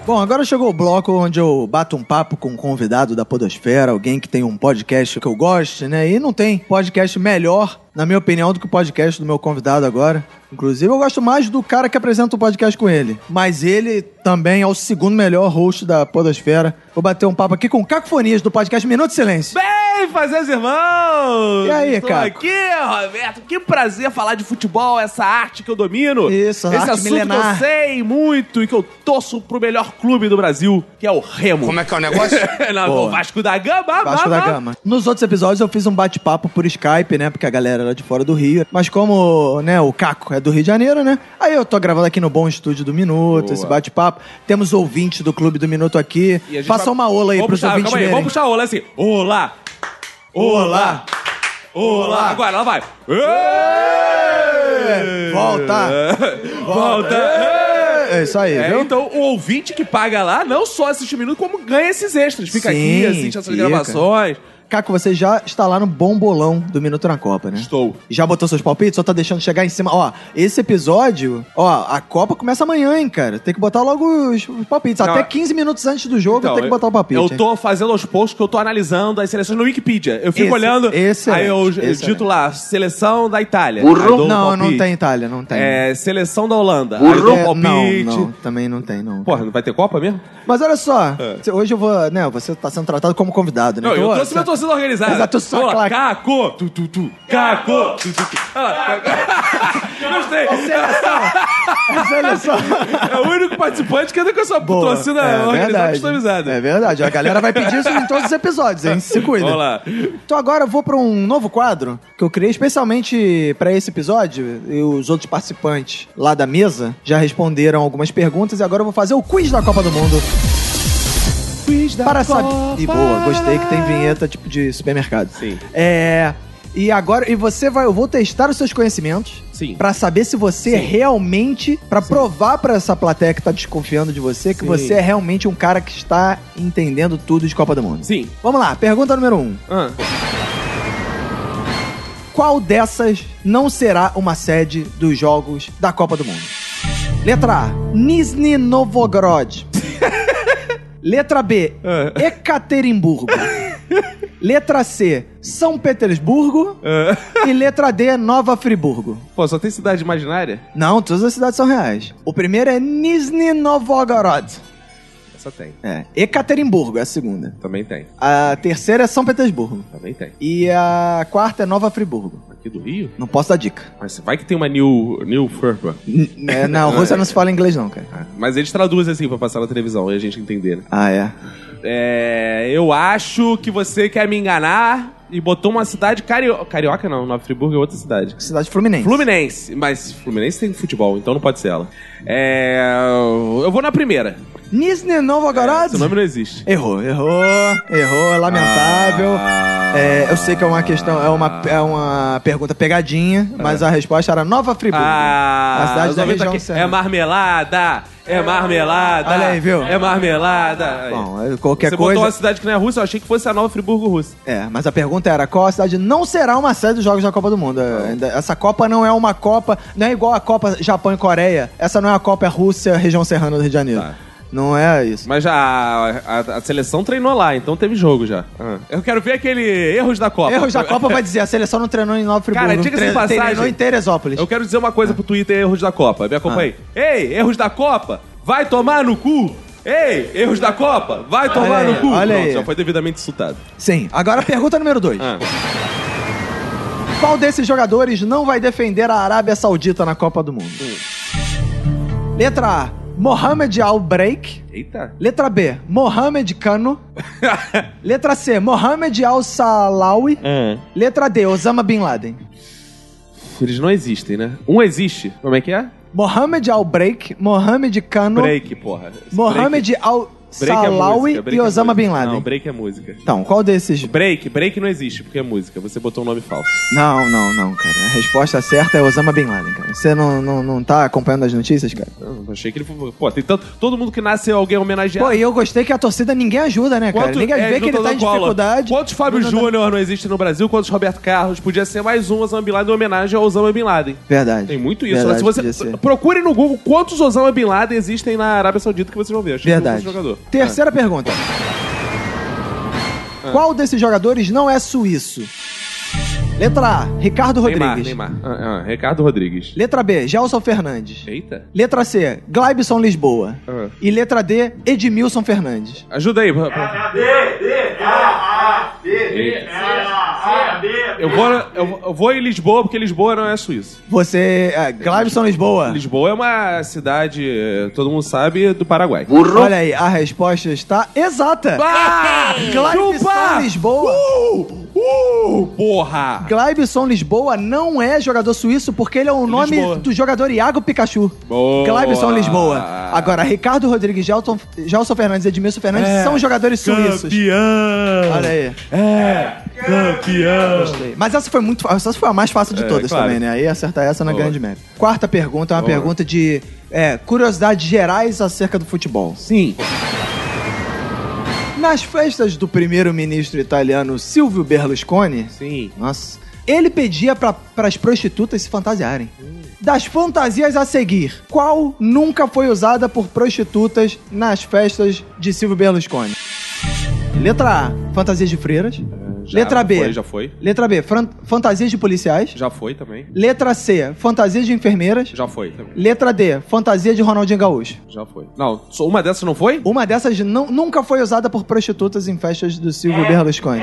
Bom, agora chegou o bloco onde eu bato um papo com um convidado da Podosfera, alguém que tem um podcast que eu goste, né? E não tem podcast melhor, na minha opinião, do que o podcast do meu convidado agora. Inclusive, eu gosto mais do cara que apresenta o podcast com ele. Mas ele também é o segundo melhor host da Podosfera. Vou bater um papo aqui com o Cacofonias do podcast Minuto de Silêncio. Bem!
aí, fazeres irmãos!
E aí,
Estou
cara?
aqui, Roberto. Que prazer falar de futebol, essa arte que eu domino.
Isso,
Esse
arte
assunto que eu
milenar.
sei muito e que eu torço pro melhor clube do Brasil, que é o Remo.
Como é que é o negócio?
Não,
Boa.
o Vasco da Gama.
Vasco da
babá.
Gama. Nos outros episódios eu fiz um bate-papo por Skype, né? Porque a galera era de fora do Rio. Mas como, né, o Caco é do Rio de Janeiro, né? Aí eu tô gravando aqui no Bom Estúdio do Minuto, esse bate-papo. Temos ouvintes do Clube do Minuto aqui.
E a gente
Faça
vai-
uma ola aí
Vamos
pros
puxar,
ouvintes
calma aí,
verem.
Vamos puxar a ola assim. Olá! Olá! Olá! Agora, ela vai.
É, Volta!
Volta!
É isso aí,
É,
viu?
então, o ouvinte que paga lá não só assiste o minuto, como ganha esses extras. Fica
Sim,
aqui, assiste essas
fica.
gravações.
Caco, você já está lá no bom bolão do Minuto na Copa, né?
Estou.
Já botou seus palpites? Só tá deixando chegar em cima? Ó, esse episódio, ó, a Copa começa amanhã, hein, cara? Tem que botar logo os, os palpites.
Não,
Até
é-
15 minutos antes do jogo
Então,
tem que botar o palpite.
Eu
hein?
tô fazendo aos poucos que eu tô analisando as seleções no Wikipedia. Eu fico
Esse-
olhando.
excelente,
aí eu eu
excelente.
digito lá, seleção da Itália. Aí dou um
Não, não
palpite.
tem Itália, não tem.
É, seleção da Holanda. Aí eu dou um
É,
palpite.
Não, não, também não tem, não.
Porra, não vai ter Copa mesmo?
Mas olha só, cê- hoje eu vou, né, você tá sendo tratado como convidado, né?
É. Não,
Então,
eu
ó,
trouxe
cê-
minha torcida organizada.
Exato, só
Vamos lá,
claque.
Caco! Tu, tu, tu. Caco! Tu, tu, tu. Ah, Caco. Gostei.
Seleção.
É o único participante que anda com essa
Boa.
torcida
É
organizada
verdade.
customizada.
É verdade. A galera vai pedir isso em todos os episódios, hein? Se cuida.
Vamos lá.
Então agora eu vou pra um novo quadro que eu criei especialmente pra esse episódio. E os outros participantes lá da mesa já responderam algumas perguntas e agora eu vou fazer o quiz da Copa do Mundo. Quiz da para saber. E boa, gostei que tem vinheta tipo de supermercado.
Sim.
É. E agora, e você vai, eu vou testar os seus conhecimentos
Sim.
Pra saber se você realmente, pra provar pra essa plateia que tá desconfiando de você que
Sim.
você é realmente um cara que está entendendo tudo de Copa do Mundo.
Sim.
Vamos lá, pergunta número 1. Um.
Ah.
Qual dessas não será uma sede dos jogos da Copa do Mundo? Letra A, Nizhny Novgorod. Letra B,
Ah.
Ekaterimburgo. Letra C, São Petersburgo.
Ah.
E letra D, Nova Friburgo.
Pô, só tem cidade imaginária?
Não, todas as cidades são reais. O primeiro é Nizhny Novgorod.
Essa tem.
É, Ekaterimburgo é a segunda.
Também tem.
A terceira é São Petersburgo.
Também tem.
E a quarta é Nova Friburgo.
Aqui do Rio?
Não posso dar dica.
Mas vai que tem uma New, new Furpa. Ah,
N- é, na Rússia não se fala inglês não, cara.
Mas eles traduzem assim pra passar na televisão e a gente entender, né?
Ah, é.
É. Eu acho que você quer me enganar e botou uma cidade cario... carioca, não. Nova Friburgo é outra cidade.
Cidade Fluminense.
Fluminense. Mas Fluminense tem futebol, então não pode ser ela. É. Eu vou na primeira.
Nizhny Novgorod?
Esse É, nome não existe.
Errou, errou, errou, é lamentável.
Ah.
É, eu sei que é uma questão, é uma, é uma pergunta pegadinha, mas a resposta era Nova Friburgo.
Ah,
a cidade
os
da
ouvintes
região
aqui.
serrana.
É marmelada! É marmelada!
Olha aí, viu?
É marmelada!
Bom, é, qualquer
Você
coisa.
botou uma cidade que não é russa, eu achei que fosse a Nova Friburgo russa.
É, mas a pergunta era qual a cidade não será uma sede dos Jogos da Copa do Mundo. É, ainda- Essa Copa não é uma Copa, não é igual a Copa Japão e Coreia. Essa não é a Copa é Rússia, região serrana do Rio de Janeiro.
Tá.
Não é isso.
Mas já a, a- a seleção treinou lá, então teve jogo já. Eu quero ver aquele erros da Copa.
Ah. Erros da Copa vai dizer, a seleção não treinou em Nova Friburgo.
Cara,
não
diga-se de
tre-
passagem-
Treinou em Teresópolis.
Eu quero dizer uma coisa pro Twitter erros da Copa. Me acompanha
Ah.
aí. Ei, erros da Copa, vai tomar no cu! Ei, erros da Copa, vai tomar
aí,
no cu!
olha
Pronto,
aí.
já foi devidamente insultado.
Sim. Agora a pergunta número 2.
Ah.
Qual desses jogadores não vai defender a Arábia Saudita na Copa do Mundo?
Hum.
Letra A, Mohamed Al-Breik.
Eita.
Letra B, Mohamed Kano. Letra C, Mohamed Al-Salawi.
Ah.
Letra D, Osama Bin Laden.
Eles não existem, né? Um existe. Como é que é?
Mohamed Al-Break, Mohamed Kano,
Break, porra. Esse
Mohamed
break é
Al-Salawi
música, break
e
é
Osama
música.
Bin Laden.
Não, break é música.
Então, qual desses?
Break, break não existe, porque é música. Você botou um nome falso.
Não, não, não, cara. A resposta certa é Osama Bin Laden, cara. Você não, não, não tá acompanhando as notícias, cara?
Eu achei que ele. Pô, tem tanto. Todo mundo que nasce é alguém homenageado.
Pô, e eu gostei que a torcida ninguém ajuda, né, cara? Ninguém
é,
vê que ele
Jonathan
tá em
Collor?
dificuldade.
Quantos Fábio
Não, não, não.
Júnior não existem no Brasil? Quantos Roberto Carlos? Podia ser mais um Osama Bin Laden em homenagem ao Osama Bin Laden.
Verdade.
Tem muito isso.
Verdade,
né?
podia
Se
ser.
você procure no Google quantos Osama Bin Laden existem na Arábia Saudita que vocês vão ver. Eu achei que
Verdade.
não fosse jogador. Ah.
Terceira pergunta. Qual desses jogadores não é suíço? Letra A, Ricardo
Neymar,
Rodrigues.
Neymar. Ah, ah, Ricardo Rodrigues.
Letra B, Gelson Fernandes.
Eita.
Letra C, Glaibson Lisboa.
Ah.
E letra D, Edmilson Fernandes.
Ajuda aí. D, D, A, A, D, D, A, Eu vou, na- eu, eu vou em Lisboa, porque Lisboa não é Suíça.
Você. Ah, Gladson Lisboa.
Lisboa é uma cidade, eh, todo mundo sabe, do Paraguai.
Olha aí, a resposta está exata.
Ah,
Gladson Lisboa.
Uh, uh, porra!
Glaibson Lisboa não é jogador suíço porque ele é o nome
Lisboa.
do jogador Iago Pikachu.
Boa.
Glaibson Lisboa. Agora, Ricardo Rodrigues, Gelton, Gelson Fernandes e Edmilson Fernandes
É.
são jogadores suíços.
Campeão!
Olha aí.
É, campeão!
Mas essa foi muito fa- essa foi a mais fácil de
É,
todas
claro.
também, né? Aí acertar essa na
Boa.
grande média. Quarta pergunta é uma
Boa.
pergunta de é, curiosidades gerais acerca do futebol.
Sim.
Nas festas do primeiro-ministro italiano Silvio Berlusconi,
Sim.
Nossa. Ele pedia para as prostitutas se fantasiarem.
Hum.
Das fantasias a seguir, qual nunca foi usada por prostitutas nas festas de Silvio Berlusconi? Letra A, fantasias de freiras.
É, Já
Letra B.
Foi, já foi.
Letra B, fran- fantasias de policiais.
Já foi também.
Letra C, fantasias de enfermeiras.
Já foi também.
Letra D, fantasia de Ronaldinho Gaúcho.
Já foi. Não, só uma dessas não foi?
Uma dessas nu- nunca foi usada por prostitutas em festas do Silvio Berlusconi.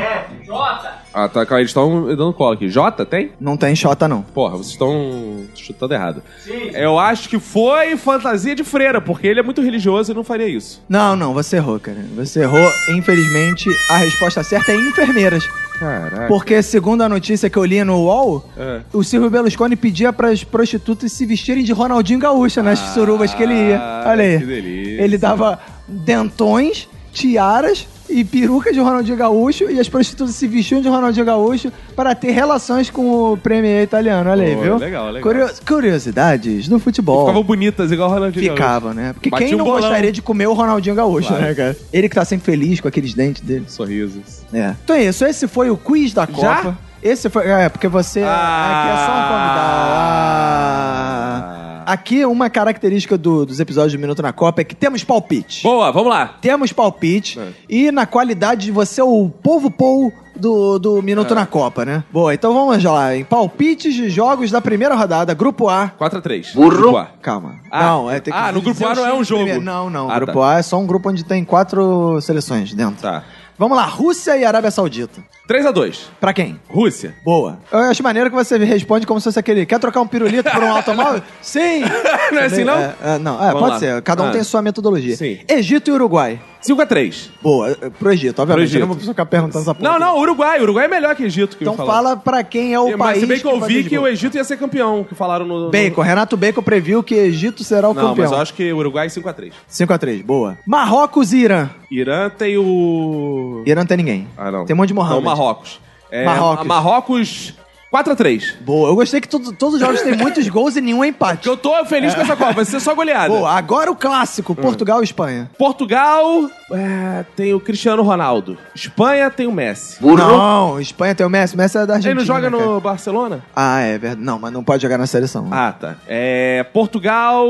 Ah, tá, calma, eles estão dando cola aqui. J tem?
Não tem xota, não.
Porra, vocês estão chutando errado. Sim. Eu acho que foi fantasia de freira, porque ele é muito religioso e não faria isso.
Não, não, você errou, cara. Você errou, infelizmente. A resposta certa é enfermeiras.
Caraca.
Porque, segundo a notícia que eu li no UOL,
É.
o Silvio Berlusconi pedia para as prostitutas se vestirem de Ronaldinho Gaúcho nas surubas que ele ia. Olha aí.
Ah, que delícia.
Ele dava dentões, tiaras e perucas de Ronaldinho Gaúcho e as prostitutas se vestiam de Ronaldinho Gaúcho para ter relações com o premier italiano. Olha aí,
Pô,
viu?
legal, legal.
Curio- curiosidades do futebol.
Ficavam bonitas, igual o Ronaldinho.
Ficava, né? Porque
Batia
quem
um
não
bolão.
gostaria de comer o Ronaldinho Gaúcho,
Claro.
né, cara? Ele que tá sempre feliz com aqueles dentes dele.
Sorrisos.
É. Então é isso, esse foi o quiz da Copa. Esse foi. É, porque você.
Ah!
Aqui é só um convidado. Ah. Aqui, uma característica do- dos episódios de Minuto na Copa é que temos palpite.
Boa, vamos lá.
Temos palpite.
É.
E na qualidade, você é o povo pou do, do
É.
Minuto na Copa, né? Boa, então vamos lá, em palpites de jogos da primeira rodada, grupo A.
4x3. Burro.
Calma.
Ah,
não, é tem que
ah, no grupo
dizer
A não
os
é um
times
jogo.
primeiro. Não, não.
Ah,
grupo
tá.
A é só um grupo onde tem quatro seleções dentro.
Tá.
Vamos lá, Rússia e Arábia Saudita.
3x2.
Pra quem?
Rússia.
Boa. Eu acho maneiro que você responde como se fosse aquele. Quer trocar um pirulito por um automóvel? Sim!
Não é assim, não?
É, é, não, é,
Vamos
pode
lá.
ser. Cada um
Ah.
tem sua metodologia.
Sim.
Egito e Uruguai.
5x3.
Boa, é, pro Egito, obviamente.
Egito.
Eu não vou ficar perguntando essa porra.
Não, não, Uruguai. Uruguai é melhor que Egito. Que eu
Então
ia falar.
fala pra quem é o
Mas
país.
se bem que eu
vai
vi
ter
que o
jogo.
Egito ia ser campeão, que falaram no... no-
Bacon, Renato Bacon previu que Egito será o
Não, mas eu
campeão.
acho que Uruguai é 5x3.
5x3, boa. Marrocos e Irã.
Irã tem o...
Irã não tem ninguém.
Ah, não.
Tem um monte de Mohamed.
Não, Marrocos. É,
Marrocos.
Marrocos. Marrocos 4x3.
Boa, eu gostei que todo- todos os jogos têm muitos gols e nenhum é empate.
Que eu tô feliz com essa Copa, vai ser só goleada.
Boa, agora o
Hum.
clássico, Portugal e Espanha.
Portugal é, tem o Cristiano Ronaldo. Espanha tem o Messi.
Não, Espanha tem o Messi, o Messi é da Argentina.
Ele não joga no
cara.
Barcelona?
Ah, é verdade. Não, mas não pode jogar na seleção.
Ah, tá. É, Portugal...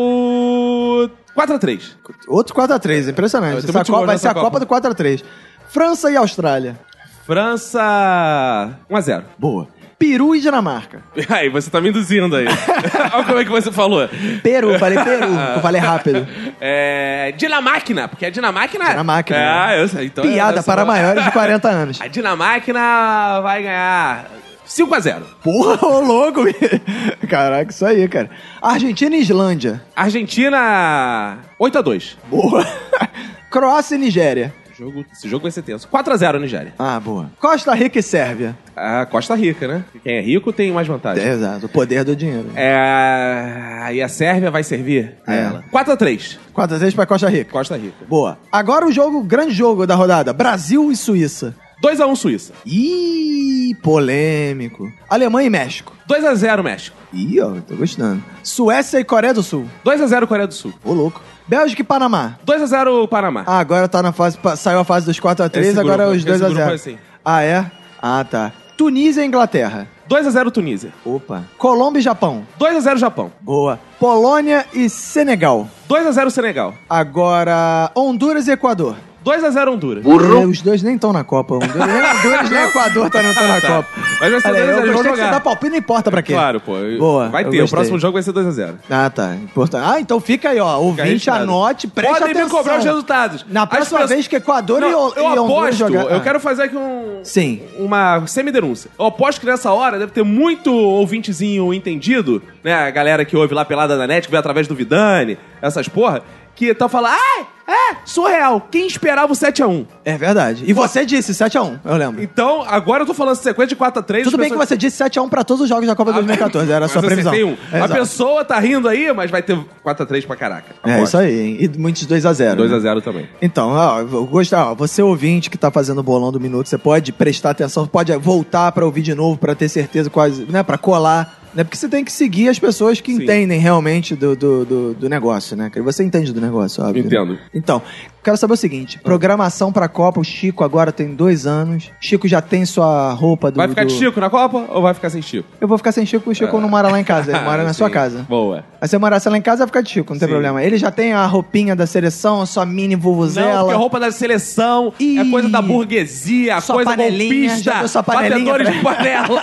4x3.
Outro 4x3,
Eu
impressionante.
tô
Essa
muito
Copa
bom
vai
nessa
ser a Copa,
Copa.
do 4x3. França e Austrália.
França... 1x0.
Boa. Peru e Dinamarca.
Aí, você tá me induzindo aí. Olha como é que você falou.
Peru, falei Peru, que eu falei rápido.
É. Dinamáquina, porque a Dinamáquina.
Dinamáquina. né?
É, eu sei. Então
Piada
eu-
para maiores de 40 anos.
A Dinamáquina vai ganhar 5x0.
Porra, ô louco. Caraca, isso aí, cara. Argentina e Islândia.
Argentina. 8x2.
Boa. Croácia e Nigéria.
Jogo, esse jogo vai ser tenso. 4x0 Nigéria.
Ah, boa. Costa Rica e Sérvia.
Ah, Costa Rica, né? Quem é rico tem mais vantagem.
Exato, o poder do dinheiro.
É. E a Sérvia vai servir a
É.
ela. 4x3.
4x3 pra Costa Rica.
Costa é Rica.
Boa. Agora o jogo, o grande jogo da rodada: Brasil e Suíça.
2x1 Suíça.
Ih, polêmico. Alemanha e México.
2x0 México.
Ih, ó, tô gostando. Suécia e Coreia do Sul.
2x0 Coreia do Sul.
Ô, louco. Bélgica e Panamá.
2x0 Panamá.
Ah, agora tá na fase. pa- Saiu a fase dos 4x3,
Esse
agora
grupo-
é os
esse
2x0.
grupo é assim.
Ah, é? Ah, tá. Tunísia e Inglaterra.
2x0 Tunísia.
Opa. Colômbia e Japão.
2x0 Japão.
Boa. Polônia e Senegal.
2x0 Senegal.
Agora, Honduras e Equador.
2x0 Honduras.
É, os dois nem estão na Copa. Um deles, nem Honduras, nem Equador tá, não estão na Copa.
Mas vai ser
Olha,
2 a 0,
eu gostei
vão
que você
jogar.
dá palpite, não importa pra quê.
Claro, pô. Eu-
Boa,
Vai
eu
ter, o
gostei.
próximo jogo vai ser 2x0.
Ah, tá. Importante. Ah, então fica aí, ó. Ouvinte,
registrado.
anote, preste
Podem
atenção.
me cobrar os resultados.
Na
As
próxima
pessoas-
vez que Equador e,
Não,
Hon-
eu
e Honduras
aposto,
jogar...
eu
Ah.
quero fazer aqui um.
Sim.
Uma semi-denúncia. Eu aposto que nessa hora deve ter muito ouvintezinho entendido, né? A galera que ouve lá pelada da net, que vê através do Vidani, essas porra, que tá falando, ai, é, surreal, quem esperava o 7x1?
É verdade. E você disse 7x1, eu lembro.
Então, agora eu tô falando sequência de 4x3.
Tudo bem que você disse 7x1 pra todos os jogos da Copa 2014, era a
Ah, Mas
sua
eu
previsão.
acertei um. A
Exato.
pessoa tá rindo aí, mas vai ter 4x3 pra caraca.
É isso aí, hein? E muitos 2x0.
2x0 também.
Então, ó, eu gosto- ó, você ouvinte que tá fazendo o bolão do minuto, você pode prestar atenção, pode voltar pra ouvir de novo pra ter certeza quase, né, para colar, né? Porque você tem que seguir as pessoas que
Sim.
entendem realmente do, do, do, do negócio, né? cara? Você entende do negócio, óbvio. né?
Entendo.
Então, quero saber o seguinte, programação pra Copa, o Chico agora tem dois anos, Chico já tem sua roupa do...
Vai ficar
do...
de Chico na Copa ou vai ficar sem Chico? Ah,
Eu vou ficar sem Chico, porque o Chico não mora lá em casa, ele mora na
Sim.
sua casa.
Boa.
Aí você morasse lá em casa, vai ficar de Chico, não tem
Sim.
problema. Ele já tem a roupinha da seleção, a sua mini vuvuzela.
Não, porque a roupa da seleção é
Ih.
coisa da burguesia,
Sua
coisa
panelinha, já
golpista,
deu sua panelinha
batedores
pra-
de panela.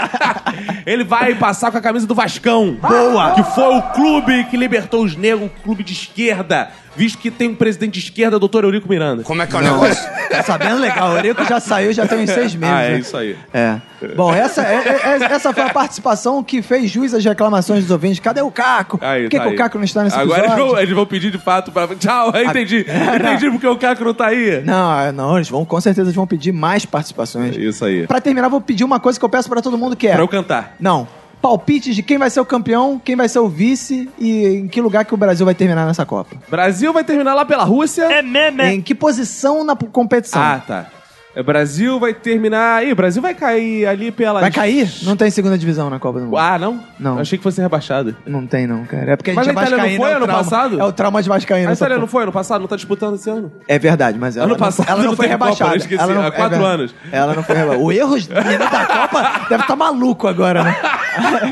Ele vai passar com a camisa do Vascão. Boa! Que foi o clube que libertou os negros, o clube de esquerda, visto que tem um presidente de esquerda, doutor Eurico Miranda.
Como é que é o negócio?
Tá sabendo legal, o Eurico já saiu, já tem uns seis meses.
Ah, é
né?
isso aí.
É. Bom, essa, é- é- é- essa foi a participação que fez jus às reclamações dos ouvintes. Cadê o Caco?
Aí,
Por que,
tá
que
aí.
o Caco não está nesse
Agora eles
episódio? Ah,
vão, eles vão pedir de fato pra. Tchau, eu entendi. entendi porque o Caco não tá aí. É
Não, é, não, eles vão, com certeza eles vão pedir mais participações.
Isso aí.
Pra terminar, vou pedir uma coisa que eu peço pra todo mundo que é...
Pra eu cantar.
Não. Palpites de quem vai ser o campeão, quem vai ser o vice e em que lugar que o Brasil vai terminar nessa Copa.
Brasil vai terminar lá pela Rússia.
É meme.
Em que posição na p- competição?
Ah, tá. É, Brasil vai terminar. Ih, Brasil vai cair ali pela.
vai cair? Não tem segunda divisão na Copa do Mundo.
Ah, não?
Não.
Eu achei que fosse rebaixado.
Não tem, não, cara. É porque
Mas
a
a
gente é
Itália não
vascaíno,
foi
é o
ano
trauma-
passado?
É o trauma de Vascaíno.
A
essa
Itália
porra.
Ah, não foi ano passado? Não tá disputando esse ano?
É verdade, mas ela
Ano
não,
passado
ela não
não
foi
teve Copa,
rebaixada.
eu esqueci,
ela não,
há
é
quatro
verdade.
anos.
Ela não foi rebaixada. O erro do menino da Copa deve estar maluco agora, né?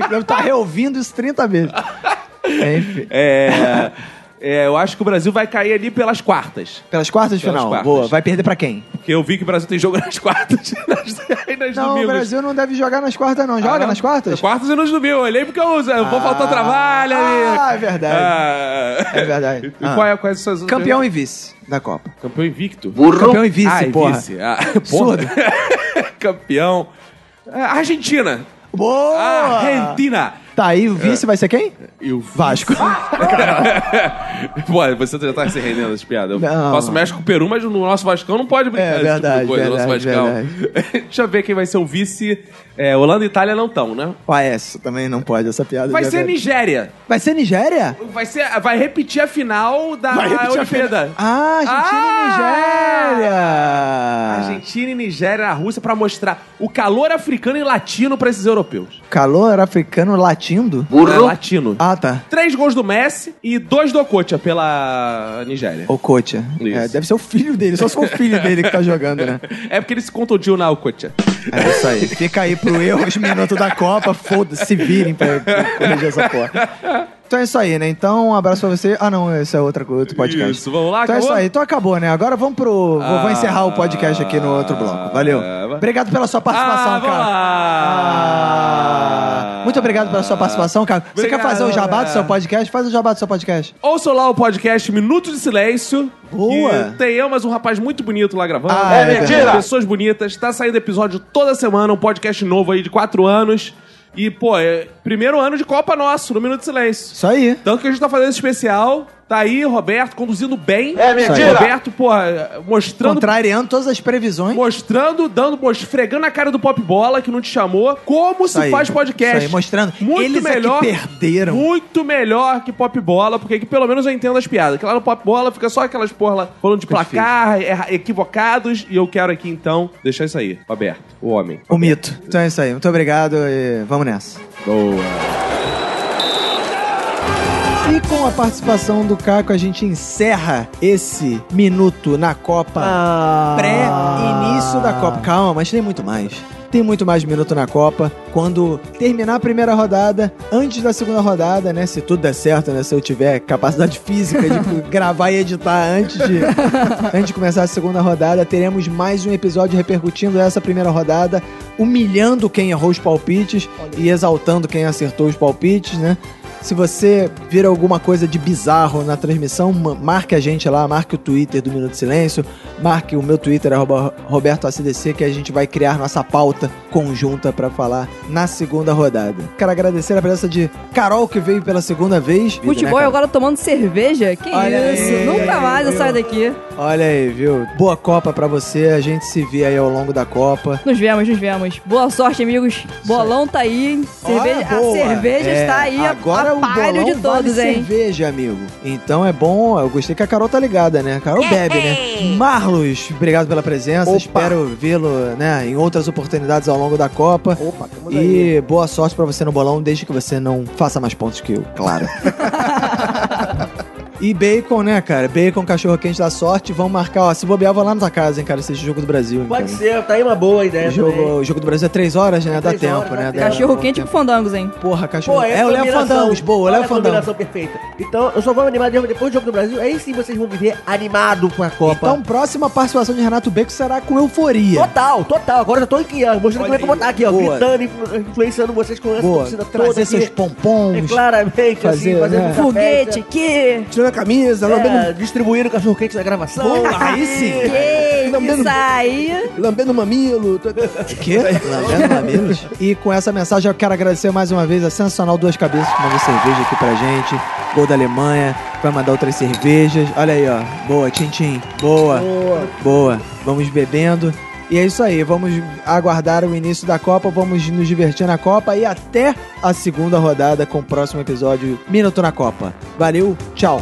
deve estar reouvindo isso 30 vezes. Enfim.
É. é, eu acho que o Brasil vai cair ali pelas quartas.
Pelas quartas de
Pelas
final.
quartas.
Boa. Vai perder pra quem?
Porque eu vi que o Brasil tem jogo nas quartas e nas, e nas
Não,
domingos.
o Brasil não deve jogar nas quartas, não.
Ah,
Joga
não?
nas quartas?
Quartas e nos domingos. Eu olhei porque eu, eu vou faltar trabalho. ali.
Ah, é verdade.
Ah.
É verdade.
E
Ah.
qual é, quais são as outras
Campeão e vice da Copa.
Campeão invicto.
Campeão e vice,
ah, e
porra.
vice. Ah, porra. Campeão. É, Argentina.
Boa!
Argentina.
Tá aí, o vice vai ser quem?
Ah, É. E o
Vasco. Ah!
Pô, você já tá se rendendo as piadas. Eu
Não.
faço México com o Peru, mas no nosso Vascão não pode brincar
É
desse
verdade,
tipo de coisa. no
verdade,
nosso Vascão. Deixa eu ver quem vai ser o vice. É, Holanda e Itália não estão, né?
Ué, essa também não pode, essa piada.
Vai
já
ser
veio.
Nigéria.
Vai ser Nigéria?
Vai, ser, vai repetir a final da
Vai repetir a
Olimpíada.
Ah,
Ah!
Argentina e Nigéria!
Argentina e Nigéria na Rússia pra mostrar o calor africano e latino pra esses europeus.
Calor africano latindo?
É, latino.
Ah, tá.
Três gols do Messi e dois do Okocha pela Nigéria.
Ococha.
Isso.
É, deve ser o filho dele, só se for o filho dele que tá jogando, né?
É porque ele se contundiu na Okocha.
É isso aí. Fica aí pro erro os minutos da Copa, foda-se, se virem pra pra corrigir essa porra. Então é isso aí, né? Então, um abraço pra você. Ah, não, esse é outra, co- outro podcast.
Isso, vamos lá,
Então é isso
acabou?
aí. Então acabou, né? Agora vamos pro... vou- Vou
Ah. É,
encerrar o podcast aqui no outro bloco. Valeu. Obrigado pela sua participação,
Ah, vamos
cara.
lá.
Ah. Muito obrigado pela sua participação, cara. Você quer
Obrigado,
fazer o jabá do seu
é.
podcast? Faz o jabá do seu podcast.
Ouçam lá o podcast Minuto de Silêncio.
Boa.
Que tem eu, mas um rapaz muito bonito lá gravando.
Ah, é mentira.
verdade. Pessoas bonitas. Tá saindo episódio toda semana, um podcast novo aí de quatro anos. E, pô, é primeiro ano de Copa nosso, no Minuto de Silêncio.
Isso aí.
Tanto que a gente tá fazendo esse especial. Tá aí, Roberto, conduzindo bem. É
mentira.
Roberto, pô, mostrando
Contrariando todas as previsões.
Mostrando, dando, mos- esfregando a cara do Pop Bola, que não te chamou, como
Isso
se
aí.
faz podcast.
Isso aí, mostrando. Eles é que perderam.
Muito melhor que Pop Bola, porque aqui pelo menos eu entendo as piadas. Que lá no Pop Bola fica só aquelas porra lá falando de placar, erra- equivocados, e eu quero aqui então deixar isso aí, Roberto, o homem.
O mito. Então é isso aí. Muito obrigado e vamos nessa.
Boa.
E com a participação do Caco, a gente encerra esse
Ah.
minuto na Copa. Pré-início da Copa. Calma, mas tem muito mais. Tem muito mais minuto na Copa. Quando terminar a primeira rodada, antes da segunda rodada, né? Se tudo der certo, né? Se eu tiver capacidade física de gravar e editar antes de, antes de começar a segunda rodada, teremos mais um episódio repercutindo essa primeira rodada, humilhando quem errou os palpites e exaltando quem acertou os palpites, né? Se você vir alguma coisa de bizarro na transmissão, ma- marque a gente lá, marque o Twitter do Minuto de Silêncio, marque o meu Twitter, arroba RobertoACDC, que a gente vai criar nossa pauta conjunta pra falar na segunda rodada. Quero agradecer a presença de Carol, que veio pela segunda vez.
Futebol
Né, Carol?
agora tomando cerveja? Que
Olha
isso?
aí,
Nunca
aí,
mais eu
viu?
saio daqui.
Olha aí, viu? Boa Copa pra você, a gente se vê aí ao longo da Copa.
Nos vemos, nos vemos. Boa sorte, amigos. Bolão tá aí. Cerveja,
Olha,
a
boa.
cerveja
É,
está aí a,
Agora
a
o
palho
bolão
de todos,
vale
hein?
cerveja, amigo. Então é bom. Eu gostei que a Carol tá ligada, né? A Carol bebe, né? Marlos, obrigado pela presença.
Opa.
Espero vê-lo, né, em outras oportunidades ao longo da Copa.
Opa, tamo aí.
E boa sorte pra você no bolão, desde que você não faça mais pontos que eu, claro. E bacon, né, cara? Bacon, cachorro quente da sorte. Vamos marcar, ó. Se bobear, eu vou lá na tua casa, hein, cara. Esse jogo do Brasil, hein,
Pode
cara.
ser, tá aí uma boa
O
ideia
jogo,
também.
o jogo do Brasil é três horas, né? Dá
Três
tempo,
horas,
né?
dá
Dá-
tempo.
dá
Cachorro
um
quente
tempo.
com fandangos, hein?
Porra, cachorro.
Pô,
é,
essa
o Léo
combinação.
Fandangos, boa, o
Olha
Léo
a
Fandangos.
combinação perfeita. Então, eu só vou animar depois do jogo do Brasil. Aí sim vocês vão me ver animado com a Copa.
Então, próxima participação de Renato Beco será com euforia.
Total, total. Agora eu já tô aqui, ó, mostrando como é que eu vou estar aqui, ó.
Boa.
Gritando, influ- influenciando vocês com essa
Boa,
torcida toda
trazer
aqui.
seus
É,
pompons.
claramente,
Fazer,
assim, fazendo
né?
muita
Foguete,
festa.
que...
Tirando a camisa, lambendo,
É, distribuindo cachorro-quente na gravação.
Boa, aí tá sim.
Não,
Que
menos-
isso aí.
lambendo o mamilo. tô-
Quê? Lamento, mamilos? E com essa mensagem eu quero agradecer mais uma vez a Sensacional Duas Cabeças que mandou cerveja aqui pra gente. Gol da Alemanha, vai mandar outras cervejas. Olha aí, ó. Boa, Tchim Tchim. Boa. Boa. Vamos bebendo. E é isso aí, vamos aguardar o início da Copa, vamos nos divertir na Copa e até a segunda rodada com o próximo episódio Minuto na Copa. Valeu, tchau.